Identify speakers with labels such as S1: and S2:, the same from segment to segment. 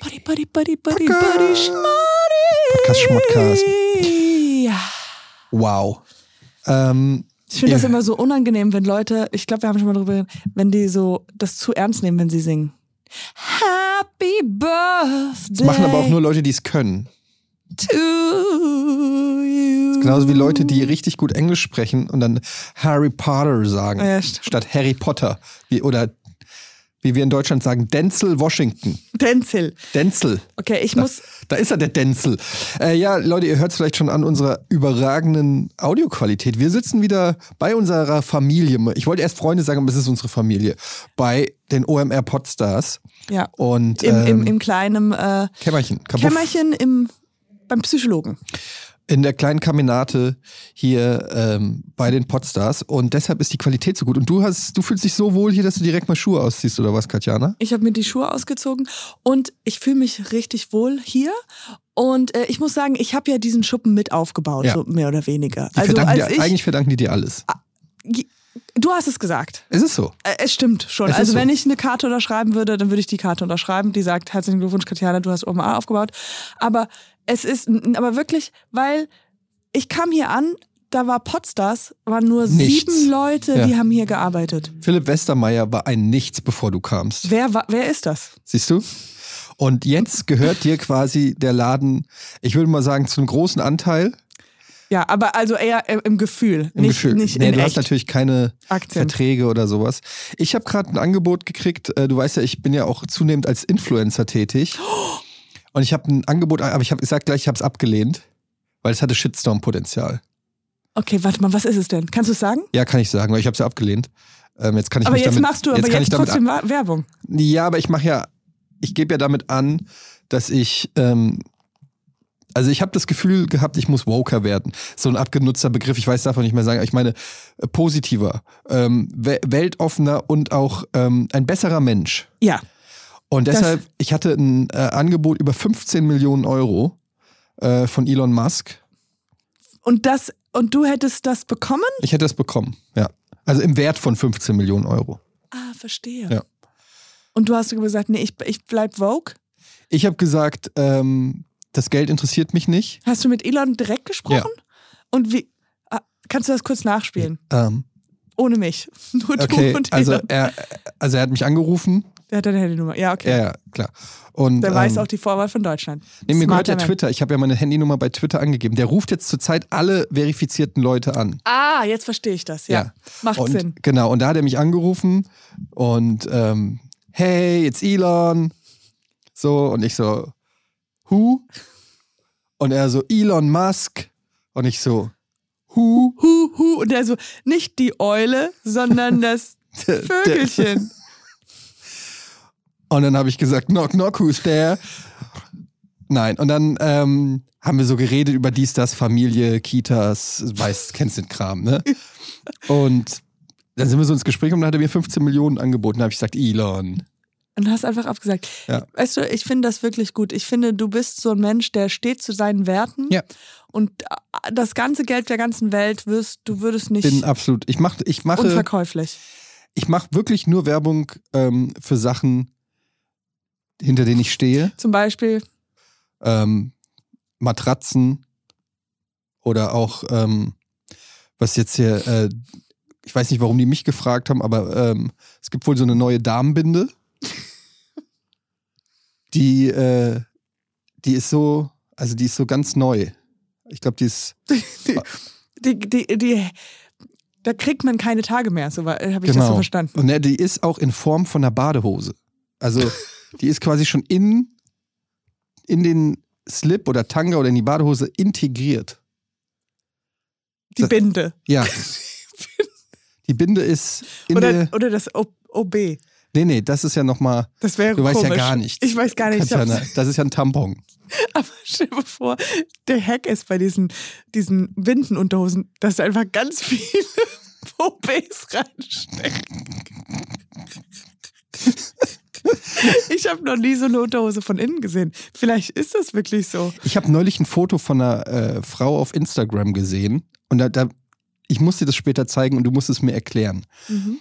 S1: buddy, buddy, buddy,
S2: Podcast, Schmottcast.
S1: schmadi. Ja.
S2: Wow. Ähm,
S1: Ich finde das
S2: Ja.
S1: immer so unangenehm, wenn Leute, ich glaube, wir haben schon mal drüber geredet, wenn die so das zu ernst nehmen, wenn sie singen. Happy Birthday.
S2: das machen aber auch nur Leute, die es können.
S1: to you.
S2: Genauso wie Leute, die richtig gut Englisch sprechen und dann Harry Potter sagen.
S1: Ah Ja, stimmt.
S2: statt Harry Potter. Wie, oder wie wir in Deutschland sagen, Denzel Washington.
S1: Denzel.
S2: Denzel.
S1: Okay, ich muss.
S2: Da ist er, der Denzel. Äh, ja, Leute, ihr hört es vielleicht schon an unserer überragenden Audioqualität. Wir sitzen wieder bei unserer Familie. Ich wollte erst Freunde sagen, aber es ist unsere Familie. Bei den OMR Podstars
S1: Ja.
S2: und
S1: Im,
S2: ähm,
S1: im, im kleinen äh,
S2: Kämmerchen. Kabuff.
S1: Kämmerchen im, beim Psychologen.
S2: in der kleinen Kaminate hier ähm, bei den Podstars. Und deshalb ist die Qualität so gut. Und du hast, du fühlst dich so wohl hier, dass du direkt mal Schuhe ausziehst, oder was, Katjana?
S1: Ich habe mir die Schuhe ausgezogen und ich fühle mich richtig wohl hier. Und äh, ich muss sagen, ich habe ja diesen Schuppen mit aufgebaut,
S2: Ja.
S1: so mehr oder weniger.
S2: Die
S1: Also
S2: verdanken
S1: als
S2: dir,
S1: ich,
S2: eigentlich verdanken die dir alles.
S1: du hast es gesagt.
S2: Es ist so.
S1: Äh, Es stimmt schon.
S2: Es ist
S1: also
S2: so.
S1: wenn ich eine Karte unterschreiben würde, dann würde ich die Karte unterschreiben, die sagt, herzlichen Glückwunsch, Katjana, du hast OMA aufgebaut. Aber es ist, n- aber wirklich, weil ich kam hier an, da war Podstars, waren nur
S2: Nichts.
S1: sieben Leute,
S2: Ja.
S1: die haben hier gearbeitet.
S2: Philipp Westermeier war ein Nichts, bevor du kamst.
S1: Wer, wa- wer ist das?
S2: Siehst du? Und jetzt gehört dir quasi der Laden, ich würde mal sagen, zu einem großen Anteil
S1: Ja, aber also eher im- im Gefühl,
S2: im
S1: nicht,
S2: Gefühl.
S1: nicht
S2: Nee,
S1: in
S2: du hast
S1: echt.
S2: natürlich keine
S1: Aktien.
S2: Verträge oder sowas. Ich habe gerade ein Angebot gekriegt. Äh, Du weißt ja, ich bin ja auch zunehmend als Influencer tätig.
S1: Oh!
S2: Und ich habe ein Angebot, aber ich habe gesagt gleich, ich habe es abgelehnt, weil es hatte Shitstorm-Potenzial.
S1: Okay, warte mal, was ist es denn? Kannst du es sagen?
S2: Ja, kann ich sagen, weil ich habe es ja abgelehnt. Ähm, jetzt kann ich
S1: aber
S2: mich
S1: jetzt
S2: damit,
S1: machst du aber jetzt,
S2: kann ich damit
S1: trotzdem Wa- Werbung.
S2: Ja, aber ich mache ja, ich gebe ja damit an, dass ich, ähm, also ich habe das Gefühl gehabt, ich muss woker werden. So ein abgenutzter Begriff, ich weiß davon nicht mehr sagen, aber ich meine äh, positiver, ähm, we- weltoffener und auch ähm, ein besserer Mensch.
S1: Ja.
S2: Und
S1: Das-
S2: deshalb, ich hatte ein äh, Angebot über 15 Millionen Euro äh, von Elon Musk.
S1: Und das, und du hättest das bekommen?
S2: Ich hätte es bekommen, ja. Also im Wert von 15 Millionen Euro.
S1: Ah, verstehe.
S2: Ja.
S1: Und du hast sogar gesagt, nee, ich, ich bleib Vogue.
S2: Ich habe gesagt, ähm, das Geld interessiert mich nicht.
S1: Hast du mit Elon direkt gesprochen? Und wie? Ah, Kannst du das kurz nachspielen?
S2: Ähm,
S1: Ohne mich. Nur
S2: okay,
S1: du und
S2: also
S1: Elon.
S2: er, also er hat mich angerufen.
S1: Der hat deine Handynummer. Ja, okay.
S2: Ja, ja, klar. Und
S1: Der
S2: ähm,
S1: weiß auch die Vorwahl von Deutschland.
S2: nee, mir gehört
S1: Smarter
S2: ja
S1: Mann.
S2: Twitter. Ich habe ja meine Handynummer bei Twitter angegeben. Der ruft jetzt zurzeit alle verifizierten Leute an.
S1: Ah, jetzt verstehe ich das. Ja.
S2: Ja.
S1: Macht
S2: und,
S1: Sinn.
S2: Genau. Und da hat er mich angerufen und ähm, hey, jetzt Elon. So und ich so who? Und er so Elon Musk und ich so who?
S1: Hu, hu. Und der so, nicht die Eule, sondern das
S2: Der- der-
S1: Vögelchen.
S2: Und dann habe ich gesagt, knock, knock, who's there? Nein, und dann ähm, haben wir so geredet über dies, das, Familie, Kitas, weiß, kennst den Kram, ne? Und dann sind wir so ins Gespräch und dann hat er mir 15 Millionen angeboten. Da habe ich gesagt, Elon.
S1: Und hast einfach abgesagt.
S2: Ja.
S1: Weißt du, ich finde das wirklich gut. Ich finde, du bist so ein Mensch, der steht zu seinen Werten.
S2: Ja.
S1: Und äh, das ganze Geld der ganzen Welt wirst, du würdest nicht
S2: Bin absolut. Ich mache ich mache,
S1: unverkäuflich.
S2: ich mach wirklich nur Werbung ähm, für Sachen, hinter denen ich stehe.
S1: Zum Beispiel,
S2: ähm, Matratzen oder auch, ähm, was jetzt hier, äh, ich weiß nicht, warum die mich gefragt haben, aber ähm, es gibt wohl so eine neue Damenbinde. die, äh, die ist so, also die ist so ganz neu. Ich glaube, die ist,
S1: die, die, die, da kriegt man keine Tage mehr, so habe ich das so
S2: Genau.
S1: verstanden.
S2: ne, die ist auch in Form von einer Badehose. Also die ist quasi schon in, in den Slip oder Tanga oder in die Badehose integriert.
S1: Die
S2: Das-
S1: Binde.
S2: Ja. Die Binde ist in
S1: Oder,
S2: der.
S1: oder das O- OB.
S2: Nee, nee, das ist ja nochmal.
S1: Das wäre
S2: Du weißt ja
S1: komisch.
S2: gar nichts.
S1: Ich weiß gar nicht. Ich hab's-
S2: Katjana, das ist ja ein Tampon.
S1: Aber stell dir vor, der Hack ist bei diesen, diesen Windenunterhosen, dass da einfach ganz viele Popes reinstecken. Ich habe noch nie so eine Unterhose von innen gesehen. Vielleicht ist das wirklich so.
S2: Ich habe neulich ein Foto von einer äh, Frau auf Instagram gesehen und da, da, ich muss dir das später zeigen und du musst es mir erklären.
S1: Mhm.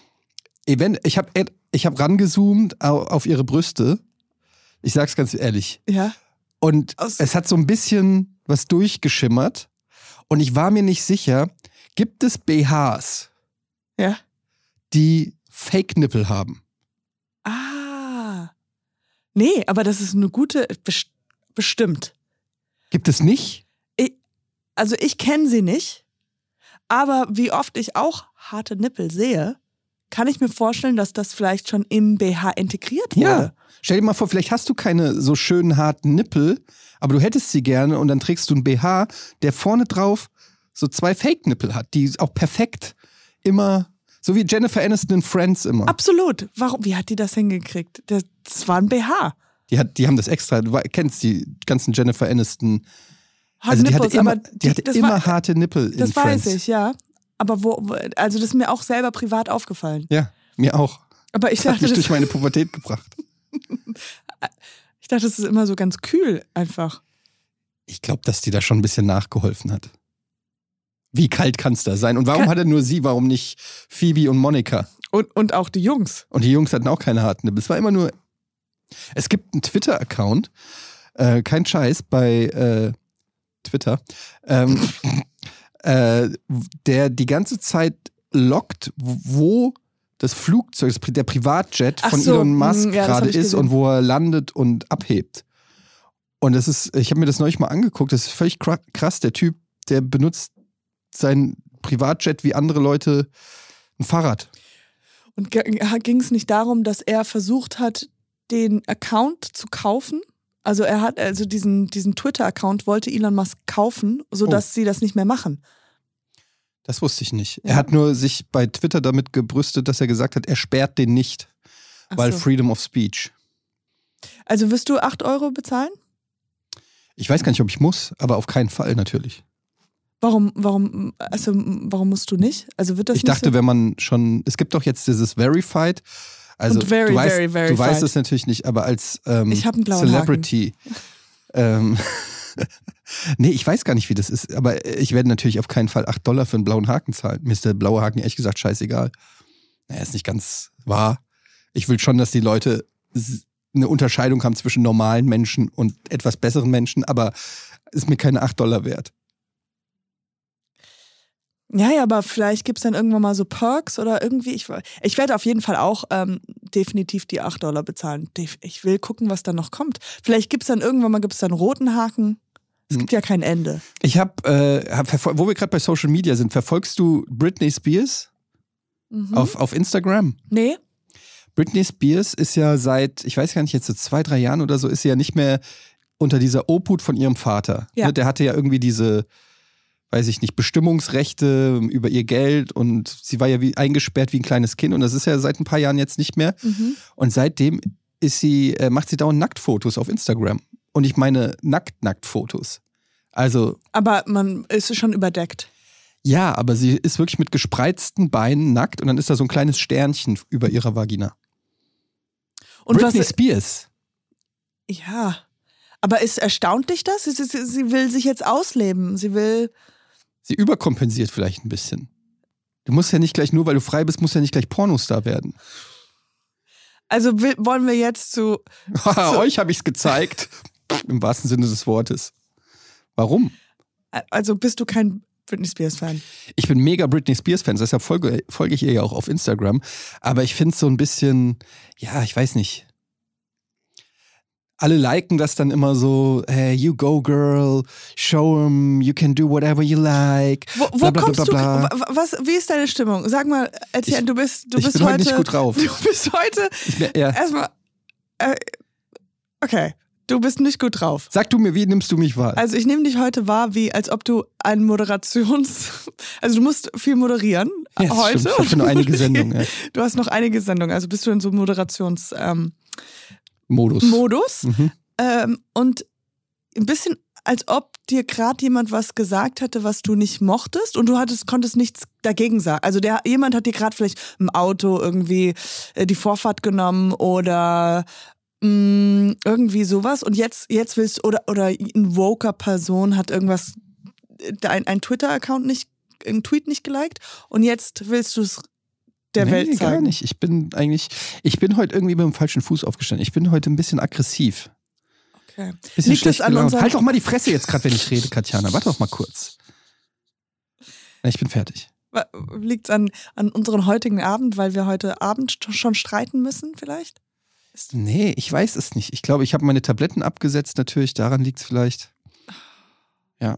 S2: Event, ich habe ich hab rangezoomt au- auf ihre Brüste. Ich sag's ganz ehrlich.
S1: Ja.
S2: Und
S1: Aus-
S2: es hat so ein bisschen was durchgeschimmert. Und ich war mir nicht sicher, gibt es BHs,
S1: Ja.
S2: die Fake-Nippel haben?
S1: Ah. Nee, aber das ist eine gute, best- bestimmt.
S2: Gibt es nicht?
S1: Also ich kenne sie nicht, aber wie oft ich auch harte Nippel sehe, kann ich mir vorstellen, dass das vielleicht schon im BH integriert wurde.
S2: Ja. Stell dir mal vor, vielleicht hast du keine so schönen harten Nippel, aber du hättest sie gerne und dann trägst du einen BH, der vorne drauf so zwei Fake-Nippel hat, die auch perfekt immer, so wie Jennifer Aniston in Friends immer.
S1: Absolut. Warum? Wie hat die das hingekriegt? Das, das war ein BH.
S2: Die, hat, die haben das extra, du kennst die ganzen Jennifer Aniston
S1: Harte
S2: also die
S1: Nippels,
S2: hatte immer,
S1: aber
S2: die, hatte
S1: das
S2: immer
S1: war,
S2: harte Nippel in
S1: Das weiß
S2: Friends.
S1: ich, ja. Aber wo, wo- also das ist mir auch selber privat aufgefallen.
S2: Ja, mir auch.
S1: Aber ich
S2: Das hat
S1: dachte,
S2: mich
S1: das,
S2: durch meine Pubertät gebracht.
S1: ich dachte, das ist immer so ganz kühl einfach.
S2: Ich glaube, dass die da schon ein bisschen nachgeholfen hat. Wie kalt kann's da sein? Und warum
S1: Ka-
S2: hat er nur sie, warum nicht Phoebe und Monika?
S1: Und, und auch die Jungs.
S2: Und die Jungs hatten auch keine harten Nippel. Es war immer nur. Es gibt einen Twitter-Account, äh, kein Scheiß, bei äh, Twitter, ähm, äh, der die ganze Zeit lockt, wo das Flugzeug, das Pri- der Privatjet
S1: Ach
S2: von
S1: so,
S2: Elon Musk
S1: mm, ja, das hab
S2: gerade
S1: ich
S2: ist
S1: gesehen.
S2: und wo er landet und abhebt. Und das ist, ich habe mir das neulich mal angeguckt, das ist völlig kra- krass. Der Typ, der benutzt sein Privatjet wie andere Leute ein Fahrrad.
S1: Und ging es nicht darum, dass er versucht hat, den Account zu kaufen? Also er hat also diesen, diesen Twitter-Account wollte Elon Musk kaufen,
S2: Oh.
S1: sodass sie das nicht mehr machen.
S2: Das wusste ich nicht.
S1: Ja.
S2: Er hat nur sich bei Twitter damit gebrüstet, dass er gesagt hat, er sperrt den nicht,
S1: Ach
S2: weil
S1: so.
S2: Freedom of Speech.
S1: Also wirst du 8 Euro bezahlen?
S2: Ich weiß gar nicht, ob ich muss, aber auf keinen Fall natürlich.
S1: Warum, warum, also warum musst du nicht? Also wird das
S2: ich
S1: nicht
S2: dachte,
S1: so?
S2: wenn man schon, es gibt doch jetzt dieses Verified. Also
S1: Und very,
S2: du weißt,
S1: very verified.
S2: du weißt es natürlich nicht, aber als ähm,
S1: Ich hab einen blauen
S2: Celebrity. Ähm, nee, ich weiß gar nicht, wie das ist, aber ich werde natürlich auf keinen Fall 8 Dollar für einen blauen Haken zahlen. Mir ist der blaue Haken ehrlich gesagt scheißegal. Naja, ist nicht ganz wahr. Ich will schon, dass die Leute s- eine Unterscheidung haben zwischen normalen Menschen und etwas besseren Menschen, aber ist mir keine 8 Dollar wert.
S1: Ja, ja, aber vielleicht gibt's dann irgendwann mal so Perks oder irgendwie. Ich, we- ich werde auf jeden Fall auch ähm, definitiv die 8 Dollar bezahlen. Def- Ich will gucken, was dann noch kommt. Vielleicht gibt's dann irgendwann mal gibt's dann einen roten Haken. Es
S2: Hm.
S1: gibt ja kein Ende.
S2: Ich habe, äh, hab verfol- wo wir gerade bei Social Media sind, verfolgst du Britney Spears
S1: Mhm.
S2: auf, auf Instagram?
S1: nee?
S2: Britney Spears ist ja seit, ich weiß gar nicht, jetzt so zwei, drei Jahren oder so, ist sie ja nicht mehr unter dieser Obhut von ihrem Vater.
S1: Ja.
S2: Ne, Der hatte ja irgendwie diese, weiß ich nicht, Bestimmungsrechte über ihr Geld und sie war ja wie eingesperrt wie ein kleines Kind und das ist ja seit ein paar Jahren jetzt nicht mehr.
S1: Mhm.
S2: Und seitdem ist sie, äh, macht sie dauernd Nacktfotos auf Instagram. Und ich meine Nackt-Nacktfotos. Also
S1: Aber man ist schon überdeckt.
S2: Ja, aber sie ist wirklich mit gespreizten Beinen nackt und dann ist da so ein kleines Sternchen über ihrer Vagina.
S1: Und
S2: Britney
S1: was?
S2: Spears.
S1: Ja. Aber ist erstaunt dich das? Sie, sie, sie will sich jetzt ausleben. Sie will.
S2: Sie überkompensiert vielleicht ein bisschen. Du musst ja nicht gleich, nur weil du frei bist, musst ja nicht gleich Pornostar werden.
S1: Also will, wollen wir jetzt zu.
S2: Haha, Ah, euch habe ich's gezeigt. Im wahrsten Sinne des Wortes. Warum?
S1: Also bist du kein Britney Spears-Fan?
S2: Ich bin mega Britney Spears-Fan, deshalb folge, folge ich ihr ja auch auf Instagram. Aber ich finde es so ein bisschen, ja, ich weiß nicht. Alle liken das dann immer so, hey, you go girl, show 'em, you can do whatever you like.
S1: Wo, wo
S2: Bla, bla, bla,
S1: kommst
S2: bla, bla.
S1: du? wa- Was, wie ist deine Stimmung? Sag mal, Etienne,
S2: Ich-
S1: du bist, du
S2: ich
S1: bist
S2: bin heute nicht gut drauf.
S1: Du bist heute
S2: Ich, bin- ja.
S1: erstmal. Äh, okay, du bist nicht gut drauf.
S2: Sag du mir, wie nimmst du mich wahr?
S1: Also ich nehme dich heute wahr, wie als ob du ein Moderations, also du musst viel moderieren
S2: Ja, das
S1: heute.
S2: stimmt. Ich hatte nur einige Sendungen. Ja.
S1: Du hast noch einige Sendungen, also bist du in so einem Moderationsmodus. Ähm,
S2: Modus.
S1: Modus.
S2: Mhm.
S1: Ähm, und ein bisschen, als ob dir gerade jemand was gesagt hatte, was du nicht mochtest und du hattest, konntest nichts dagegen sagen. Also der, jemand hat dir gerade vielleicht im Auto irgendwie äh, die Vorfahrt genommen oder mh, irgendwie sowas und jetzt, jetzt willst oder oder ein woker Person hat irgendwas äh, dein ein Twitter Account nicht einen Tweet nicht geliked und jetzt willst du es der
S2: nee,
S1: Welt zeigen.
S2: gar nicht. Ich bin eigentlich, ich bin heute irgendwie mit dem falschen Fuß aufgestanden. Ich bin heute ein bisschen aggressiv.
S1: Okay.
S2: Bisschen
S1: Liegt es
S2: schlecht
S1: an
S2: gelaunt.
S1: unserem-
S2: Halt doch mal die Fresse jetzt gerade, wenn ich rede, Katjana. Warte doch mal kurz. Na, Ich bin fertig.
S1: Liegt es an, an unserem heutigen Abend, weil wir heute Abend schon streiten müssen, vielleicht?
S2: Nee, ich weiß es nicht. Ich glaube, ich habe meine Tabletten abgesetzt, natürlich. Daran liegt es vielleicht. Ja,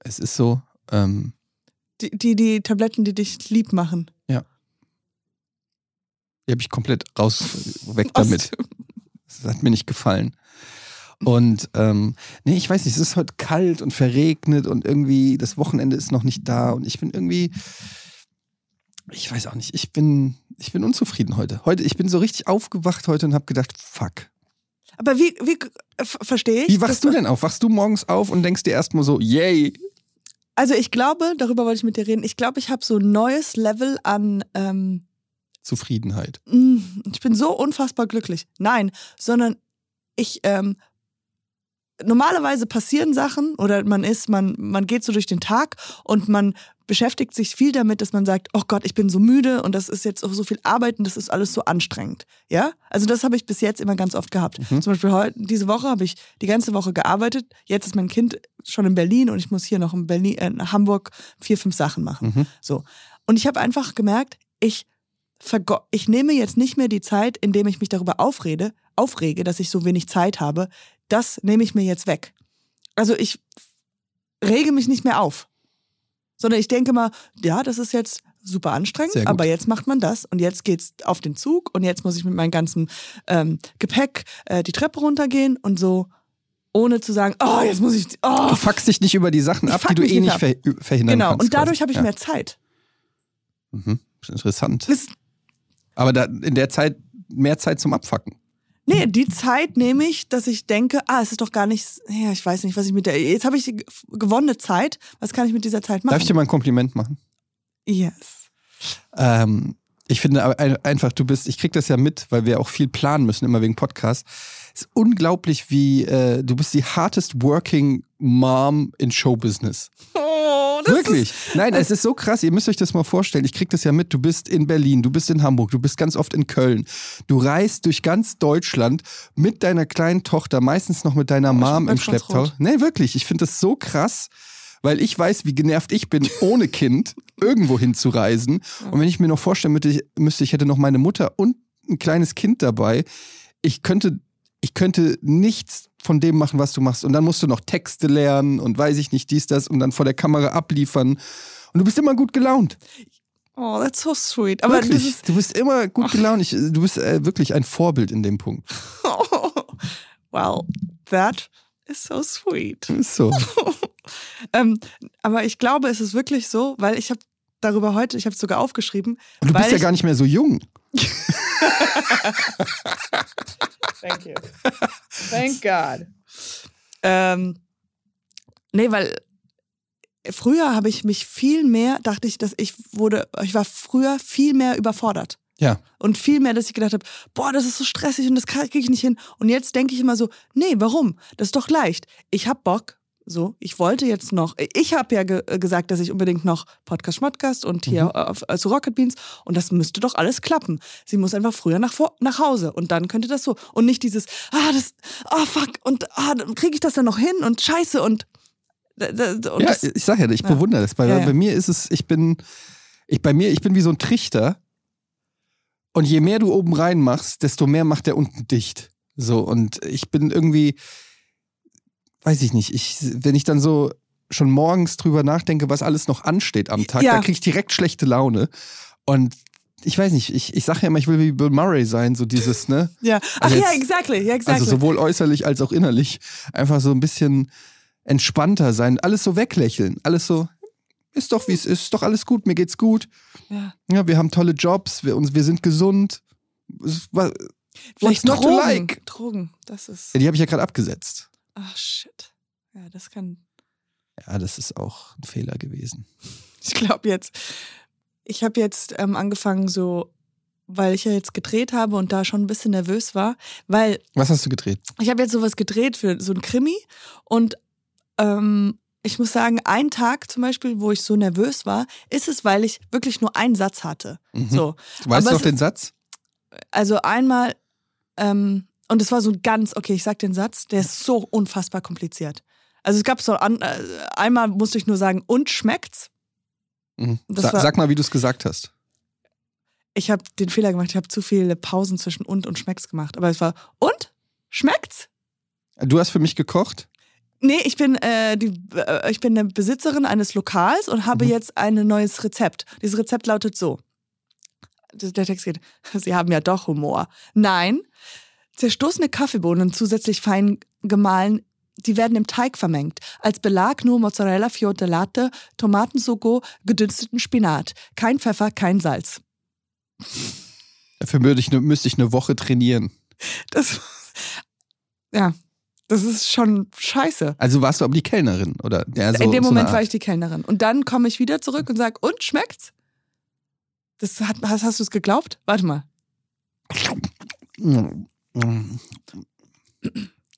S2: es ist so. Ähm,
S1: Die, die, die Tabletten, die dich lieb machen.
S2: die habe ich komplett raus, weg
S1: Aus
S2: damit. Das hat mir nicht gefallen. Und ähm, nee, ich weiß nicht, es ist heute kalt und verregnet und irgendwie das Wochenende ist noch nicht da und ich bin irgendwie, ich weiß auch nicht, ich bin, ich bin unzufrieden heute. Heute, ich bin so richtig aufgewacht heute und habe gedacht, fuck.
S1: Aber wie, wie äh, ver- verstehe ich?
S2: Wie wachst du
S1: das-
S2: denn auf? Wachst du morgens auf und denkst dir erstmal so, yay,
S1: Also ich glaube, darüber wollte ich mit dir reden, ich glaube, ich habe so ein neues Level an, ähm,
S2: Zufriedenheit.
S1: mm, ich bin so unfassbar glücklich. Nein, sondern ich, ähm, normalerweise passieren Sachen oder man ist, man, man geht so durch den Tag und man beschäftigt sich viel damit, dass man sagt, oh Gott, ich bin so müde und das ist jetzt auch so viel Arbeit und das ist alles so anstrengend. Ja? Also das habe ich bis jetzt immer ganz oft gehabt.
S2: Mhm.
S1: Zum Beispiel heute, diese Woche habe ich die ganze Woche gearbeitet. Jetzt ist mein Kind schon in Berlin und ich muss hier noch in Berlin, äh, in Hamburg vier, fünf Sachen machen.
S2: Mhm.
S1: So. Und ich habe einfach gemerkt, ich, vergo- ich nehme jetzt nicht mehr die Zeit, indem ich mich darüber aufrede, aufrege, dass ich so wenig Zeit habe. Das nehme ich mir jetzt weg. Also ich rege mich nicht mehr auf. Sondern ich denke mal, ja, das ist jetzt super
S2: Sehr
S1: anstrengend,
S2: gut.
S1: aber jetzt macht man das und jetzt geht's auf den Zug und jetzt muss ich mit meinem ganzen ähm, Gepäck äh, die Treppe runtergehen und so, ohne zu sagen, oh, jetzt muss ich, oh,
S2: Du fuckst dich nicht über die Sachen
S1: Ich
S2: ab,
S1: fuck
S2: die du
S1: mich
S2: eh
S1: nicht
S2: nicht
S1: ab.
S2: ver verhindern
S1: genau.
S2: kannst.
S1: Und dadurch
S2: quasi.
S1: habe ich
S2: ja.
S1: mehr Zeit.
S2: Mhm. Ist Interessant.
S1: Das
S2: Aber da, in der Zeit mehr Zeit zum Abfacken.
S1: Nee, die Zeit nehme ich, dass ich denke, ah, es ist doch gar nicht, ja, ich weiß nicht, was ich mit der, jetzt habe ich die gewonnene Zeit, was kann ich mit dieser Zeit machen?
S2: Darf ich dir mal ein Kompliment machen?
S1: yes.
S2: Ähm, ich finde aber ein- einfach, du bist, ich krieg das ja mit, weil wir auch viel planen müssen, immer wegen Podcast. Es ist unglaublich, wie äh, du bist die hardest working Mom in Showbusiness.
S1: Oh, das
S2: Wirklich. Nein, es ist so krass. Ihr müsst euch das mal vorstellen. Ich krieg das ja mit. Du bist in Berlin, du bist in Hamburg, du bist ganz oft in Köln. Du reist durch ganz Deutschland mit deiner kleinen Tochter, meistens noch mit deiner Mom im
S1: werd ganz
S2: Schlepptau.
S1: rot.
S2: Nee, wirklich. Ich finde das so krass, weil ich weiß, wie genervt ich bin, ohne Kind irgendwo hinzureisen. Und wenn ich mir noch vorstellen müsste, ich, müsste, ich hätte noch meine Mutter und ein kleines Kind dabei, ich könnte, ich könnte nichts von dem machen, was du machst. Und dann musst du noch Texte lernen und weiß ich nicht, dies, das und dann vor der Kamera abliefern. Und du bist immer gut gelaunt.
S1: oh, that's so sweet. Aber das
S2: wirklich.
S1: ist,
S2: du bist immer gut gelaunt. Ich, du bist äh, wirklich ein Vorbild in dem Punkt.
S1: oh, wow, that is so sweet.
S2: Ist so.
S1: Ähm, aber ich glaube, es ist wirklich so, weil ich habe darüber heute, ich habe es sogar aufgeschrieben.
S2: Und du
S1: weil
S2: bist ja
S1: ich,
S2: gar nicht mehr so jung.
S1: Thank you. Thank God. Ähm, nee, weil früher habe ich mich viel mehr, dachte ich, dass ich wurde, ich war früher viel mehr überfordert.
S2: Ja.
S1: Und viel mehr, dass ich gedacht habe, boah, das ist so stressig und das kriege ich nicht hin. Und jetzt denke ich immer so, nee, warum? Das ist doch leicht. Ich hab Bock. So, ich wollte jetzt noch, ich habe ja ge äh, gesagt, dass ich unbedingt noch Podcast Schmottgast und hier
S2: Mhm.
S1: auf, äh, zu Rocket Beans und das müsste doch alles klappen. Sie muss einfach früher nach, vor- nach Hause und dann könnte das so. Und nicht dieses, ah, das, ah, fuck, und ah, kriege ich das dann noch hin und scheiße und. d- d- d- und
S2: ja,
S1: das,
S2: ich sag ja, ich
S1: ja.
S2: bewundere das. Bei,
S1: Ja, ja.
S2: bei mir ist es, ich bin, ich, bei mir, ich bin wie so ein Trichter. Und je mehr du oben rein machst, desto mehr macht der unten dicht. So, und ich bin irgendwie, weiß ich nicht, ich, wenn ich dann so schon morgens drüber nachdenke, was alles noch ansteht am Tag,
S1: Ja.
S2: da kriege ich direkt schlechte Laune. Und ich weiß nicht, ich, ich sage ja immer, ich will wie Bill Murray sein, so dieses, ne?
S1: ja. Ach
S2: Also
S1: ja,
S2: jetzt-
S1: exactly, ja, exactly.
S2: Also sowohl äußerlich als auch innerlich. Einfach so ein bisschen entspannter sein. Alles so weglächeln. Alles so, ist doch wie es ist, ist doch alles gut, mir geht's gut.
S1: ja.
S2: Ja, wir haben tolle Jobs, wir, uns, wir sind gesund. Es war- What's
S1: Vielleicht
S2: not to
S1: Drogen.
S2: like?
S1: Drogen, das ist.
S2: Ja, die habe ich ja gerade abgesetzt.
S1: Ach, shit. Ja, das kann.
S2: Ja, das ist auch ein Fehler gewesen.
S1: Ich glaube jetzt. Ich habe jetzt ähm, angefangen, so, weil ich ja jetzt gedreht habe und da schon ein bisschen nervös war, weil
S2: Was hast du gedreht?
S1: ich habe jetzt sowas gedreht für so ein Krimi und ähm, ich muss sagen, ein Tag zum Beispiel, wo ich so nervös war, ist es, weil ich wirklich nur einen Satz hatte.
S2: Mhm.
S1: So.
S2: du weißt
S1: aber
S2: noch
S1: es
S2: den Satz?
S1: Also einmal, ähm, Und es war so ein ganz, okay, ich sag den Satz, der ist so unfassbar kompliziert. Also es gab so, an, äh, einmal musste ich nur sagen, und schmeckt's?
S2: Mhm.
S1: Das
S2: Sa
S1: war-
S2: sag mal, wie du es gesagt hast.
S1: Ich habe den Fehler gemacht, ich habe zu viele Pausen zwischen und und schmeckt's gemacht. Aber es war, und? Schmeckt's?
S2: Du hast für mich gekocht.
S1: Nee, ich bin, äh, die, äh, ich bin eine Besitzerin eines Lokals und habe
S2: Mhm.
S1: jetzt ein neues Rezept. Dieses Rezept lautet so. Das- Der Text geht, Sie haben ja doch Humor. Nein, zerstoßene Kaffeebohnen zusätzlich fein gemahlen, die werden im Teig vermengt. Als Belag nur Mozzarella, Fior de Latte, Tomatensogo, gedünsteten Spinat. Kein Pfeffer, kein Salz.
S2: Dafür würde ich, ne- müsste ich eine Woche trainieren.
S1: Das, ja, das ist schon scheiße.
S2: Also warst du aber die Kellnerin, oder? Ja, so,
S1: In dem
S2: so
S1: Moment
S2: eine
S1: war
S2: Art.
S1: ich die Kellnerin. Und dann komme ich wieder zurück und sage, und schmeckt's? Das hat, hast, hast du es geglaubt? Warte mal.
S2: Mm, mm,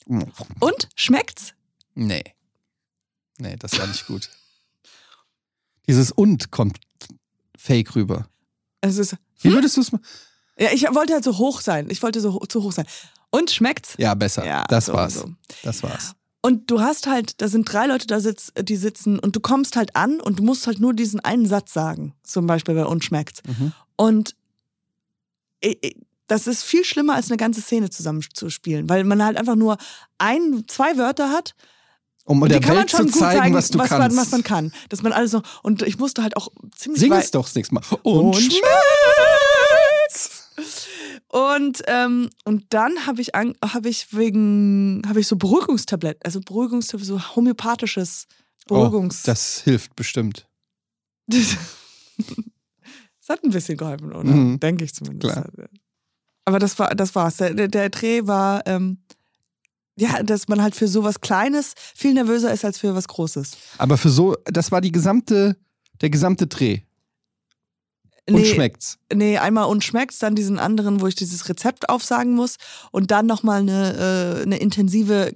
S2: mm.
S1: Und schmeckt's?
S2: Nee. Nee, das war nicht gut. Dieses und kommt fake rüber.
S1: Es ist,
S2: Wie würdest du es machen?
S1: ja, ich wollte halt so hoch sein. Ich wollte so ho- zu hoch sein. Und schmeckt's?
S2: Ja, besser. das
S1: so,
S2: war's.
S1: so.
S2: Das war's.
S1: Und du hast halt, da sind drei Leute da, sitz, die sitzen und du kommst halt an und du musst halt nur diesen einen Satz sagen. Zum Beispiel bei und schmeckt's.
S2: Mhm.
S1: Und i- i- das ist viel schlimmer, als eine ganze Szene zusammenzuspielen, weil man halt einfach nur ein, zwei Wörter hat
S2: Um
S1: Und
S2: der
S1: die kann man
S2: Welt
S1: schon
S2: zu
S1: gut
S2: zeigen,
S1: zeigen,
S2: was du
S1: was,
S2: kannst.
S1: Man, was man kann. Dass man alles so. Und ich musste halt auch ziemlich
S2: Sing
S1: weit-
S2: es doch das nächste Mal.
S1: Und
S2: Und,
S1: schmeckt's! Und, ähm, und dann habe ich, an- hab ich wegen, habe ich so Beruhigungstabletten, also Beruhigungstabletten, so homöopathisches Beruhigungs.
S2: Oh, das hilft bestimmt.
S1: das, hat ein bisschen geholfen, oder?
S2: Mhm.
S1: Denke ich zumindest.
S2: Klar.
S1: Aber das war, das war's. Der, der, der Dreh war, ähm, ja, dass man halt für sowas Kleines viel nervöser ist als für was Großes.
S2: Aber für so, das war die gesamte, der gesamte Dreh. Und
S1: Nee,
S2: schmeckt's.
S1: Nee, einmal und schmeckt's, dann diesen anderen, wo ich dieses Rezept aufsagen muss und dann nochmal eine, äh, eine intensive,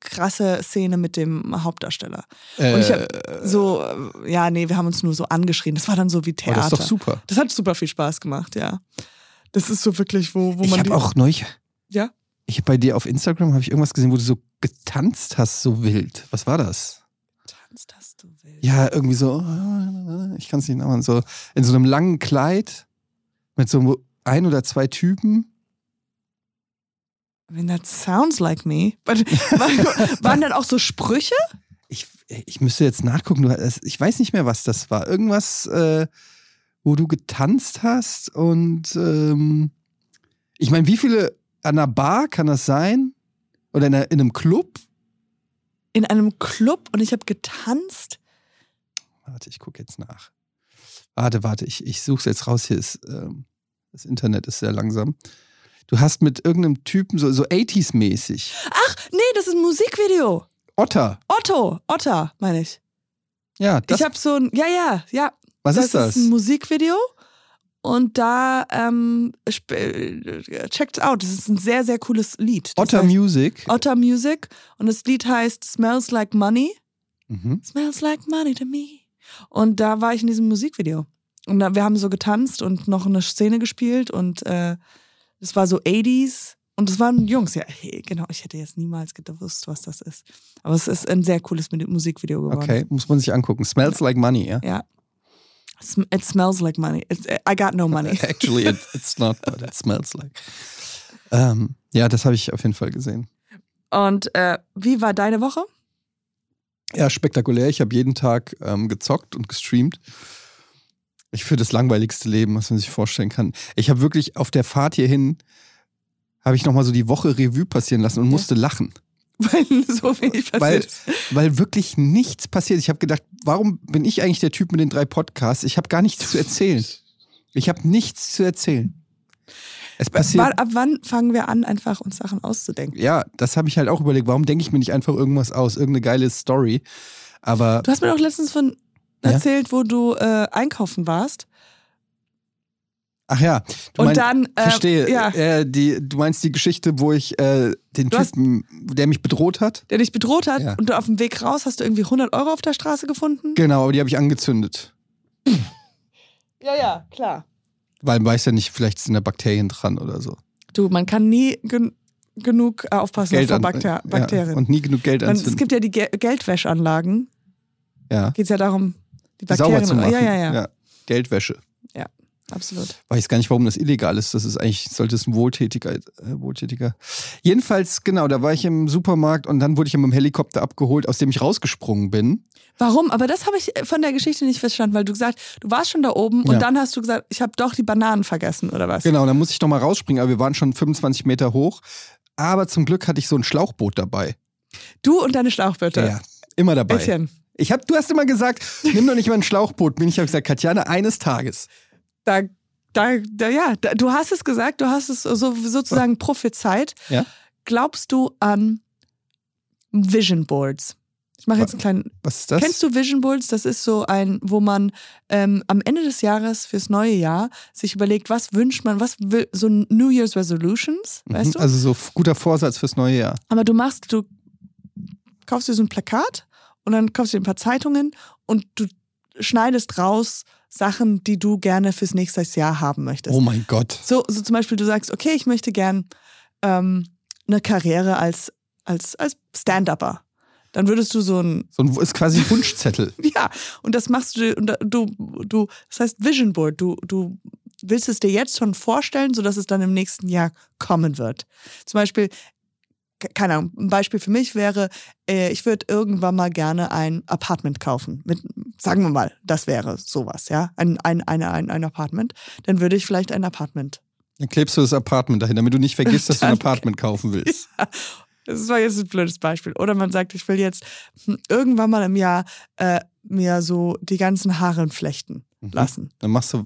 S1: krasse Szene mit dem Hauptdarsteller. Und ich hab so, äh, ja, nee, wir haben uns nur so angeschrien. Das war dann so wie
S2: oh,
S1: Theater.
S2: das ist doch super.
S1: Das hat super viel Spaß gemacht, ja. Das ist so wirklich, wo, wo
S2: Ich
S1: man. die-
S2: habe auch neulich.
S1: Ja?
S2: Ich habe bei dir auf Instagram habe ich irgendwas gesehen, wo du so getanzt hast, so wild. Was war das?
S1: Tanzt hast du willst.
S2: Ja, irgendwie so. äh, Ich kann es nicht nachmachen. So in so einem langen Kleid mit so einem ein oder zwei Typen.
S1: I mean, that sounds like me. But, waren waren dann auch so Sprüche?
S2: Ich, ich müsste jetzt nachgucken. Du, hast- ich weiß nicht mehr, was das war. Irgendwas, äh, wo du getanzt hast und ähm, ich meine, wie viele an einer Bar kann das sein? Oder in, einer, in einem Club?
S1: In einem Club und ich habe getanzt.
S2: Warte, ich gucke jetzt nach. Warte, warte, ich, ich suche es jetzt raus. Hier ist, ähm, das Internet ist sehr langsam. Du hast mit irgendeinem Typen, so, so 80s-mäßig.
S1: Nee, das ist ein Musikvideo.
S2: Otter.
S1: Otto, Otter, meine ich.
S2: Ja, das,
S1: ich habe so ein, ja, ja, ja.
S2: was
S1: das
S2: ist das?
S1: ein Musikvideo und da ähm, sp- äh, checkt's out. Das ist ein sehr, sehr cooles Lied. Das
S2: Otter
S1: heißt
S2: Music.
S1: Otter Music und das Lied heißt Smells Like Money.
S2: mhm.
S1: Smells Like Money to Me. Und da war ich in diesem Musikvideo. Und da, wir haben so getanzt und noch eine Szene gespielt und äh, das war so 80s. Und es waren Jungs, ja, hey, genau. Ich hätte jetzt niemals gewusst, was das ist. Aber es ist ein sehr cooles Mi- Musikvideo geworden.
S2: Okay, muss man sich angucken. Smells like money, ja?
S1: Ja. Sm- It smells like money. It's, I got no money.
S2: Actually, it, it's not, but it smells like. Ähm, ja, das habe ich auf jeden Fall gesehen.
S1: Und äh, wie war deine Woche?
S2: Ja, spektakulär. Ich habe jeden Tag ähm, gezockt und gestreamt. Ich führe das langweiligste Leben, was man sich vorstellen kann. Ich habe wirklich auf der Fahrt hierhin, habe ich nochmal so die Woche Revue passieren lassen und
S1: Ja.
S2: musste lachen.
S1: Weil so wenig passiert
S2: Weil-
S1: ist.
S2: Weil wirklich nichts passiert. Ich habe gedacht, warum bin ich eigentlich der Typ mit den drei Podcasts? Ich habe gar nichts zu erzählen. Ich habe nichts zu erzählen. Es passiert.
S1: Wann- Ab wann fangen wir an, einfach uns Sachen auszudenken?
S2: ja, das habe ich halt auch überlegt. Warum denke ich mir nicht einfach irgendwas aus? Irgendeine geile Story. Aber
S1: Du hast mir doch letztens von
S2: Ja?
S1: erzählt, wo du äh, einkaufen warst.
S2: ach ja, du
S1: Und
S2: meinst,
S1: dann. Äh,
S2: verstehe.
S1: Ja,
S2: Äh, die, du meinst die Geschichte, wo ich äh, den
S1: Du hast-
S2: Typen, der mich bedroht hat?
S1: der dich bedroht hat
S2: Ja.
S1: und du auf dem Weg raus hast du irgendwie 100 Euro auf der Straße gefunden?
S2: Genau, aber die habe ich angezündet.
S1: Ja, ja, klar.
S2: Weil man weiß ja nicht, vielleicht sind da Bakterien dran oder so.
S1: Du, man kann nie gen genug äh, aufpassen
S2: Geld
S1: vor
S2: an-
S1: Bakter Bakterien.
S2: Ja, und nie genug Geld
S1: Dann- es
S2: anzünden.
S1: gibt ja die Ge Geldwäschanlagen.
S2: Ja.
S1: Geht es ja darum, die
S2: Sauber
S1: Bakterien.
S2: zu machen.
S1: ja, ja, ja,
S2: Geldwäsche.
S1: Absolut.
S2: Weiß gar nicht, warum das illegal ist. Das ist eigentlich, sollte es ein wohltätiger, äh, wohltätiger. Jedenfalls, genau, da war ich im Supermarkt und dann wurde ich mit dem Helikopter abgeholt, aus dem ich rausgesprungen bin.
S1: Warum? Aber das habe ich äh, von der Geschichte nicht verstanden, weil du gesagt, du warst schon da oben
S2: Ja.
S1: und dann hast du gesagt, ich habe doch die Bananen vergessen oder was?
S2: Genau, dann musste ich nochmal rausspringen, aber wir waren schon 25 Meter hoch. Aber zum Glück hatte ich so ein Schlauchboot dabei.
S1: Du und deine Schlauchwörter.
S2: Ja, immer dabei.
S1: Äffchen.
S2: Ich hab, du hast immer gesagt, nimm doch nicht mal ein Schlauchboot. Bin ich habe gesagt, Katjana, eines Tages.
S1: Da, da, da, ja, da, du hast es gesagt, du hast es so, sozusagen prophezeit.
S2: Ja.
S1: Glaubst du an Vision Boards? Ich mache jetzt einen kleinen
S2: Was ist das?
S1: Kennst du Vision Boards? Das ist so ein, wo man ähm, am Ende des Jahres fürs neue Jahr sich überlegt, was wünscht man, was will, so New Year's Resolutions, weißt du?
S2: Also so f- guter Vorsatz fürs neue Jahr.
S1: Aber du machst, du kaufst dir so ein Plakat und dann kaufst du dir ein paar Zeitungen und du schneidest raus Sachen, die du gerne fürs nächste Jahr haben möchtest.
S2: oh mein Gott.
S1: So, so zum Beispiel, du sagst, okay, ich möchte gern ähm, eine Karriere als, als, als Stand-Upper. Dann würdest du so ein
S2: So ein, ist quasi ein Wunschzettel.
S1: Ja, und das machst du, dir- und da- du, du, das heißt Vision Board, du, du willst es dir jetzt schon vorstellen, sodass es dann im nächsten Jahr kommen wird. Zum Beispiel, ke- keine Ahnung, ein Beispiel für mich wäre, äh, ich würde irgendwann mal gerne ein Apartment kaufen. Mit, sagen wir mal, das wäre sowas, ja, ein, ein, ein, ein, ein Apartment. Dann würde ich vielleicht ein Apartment.
S2: Dann klebst du das Apartment dahin, damit du nicht vergisst, dass du ein
S1: Danke.
S2: Apartment kaufen willst.
S1: Das war jetzt ein blödes Beispiel. Oder man sagt, ich will jetzt hm, irgendwann mal im Jahr äh, mir so die ganzen Haare flechten lassen.
S2: Mhm. Dann machst du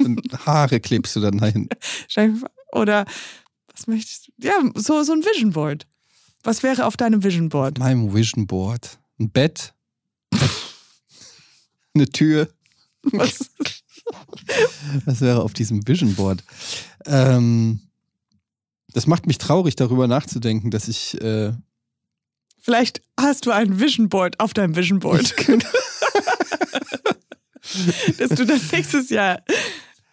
S2: dann Haare klebst du dann dahin.
S1: Schein- Oder was möchtest du? Ja, so, so ein Vision Board. Was wäre auf deinem Vision Board?
S2: Meinem Vision Board. Ein Bett. Eine Tür.
S1: Was?
S2: Was wäre auf diesem Vision Board? Ähm, das macht mich traurig, darüber nachzudenken, dass ich. Äh,
S1: Vielleicht hast du ein Vision Board auf deinem Vision Board. Dass du das nächstes Jahr.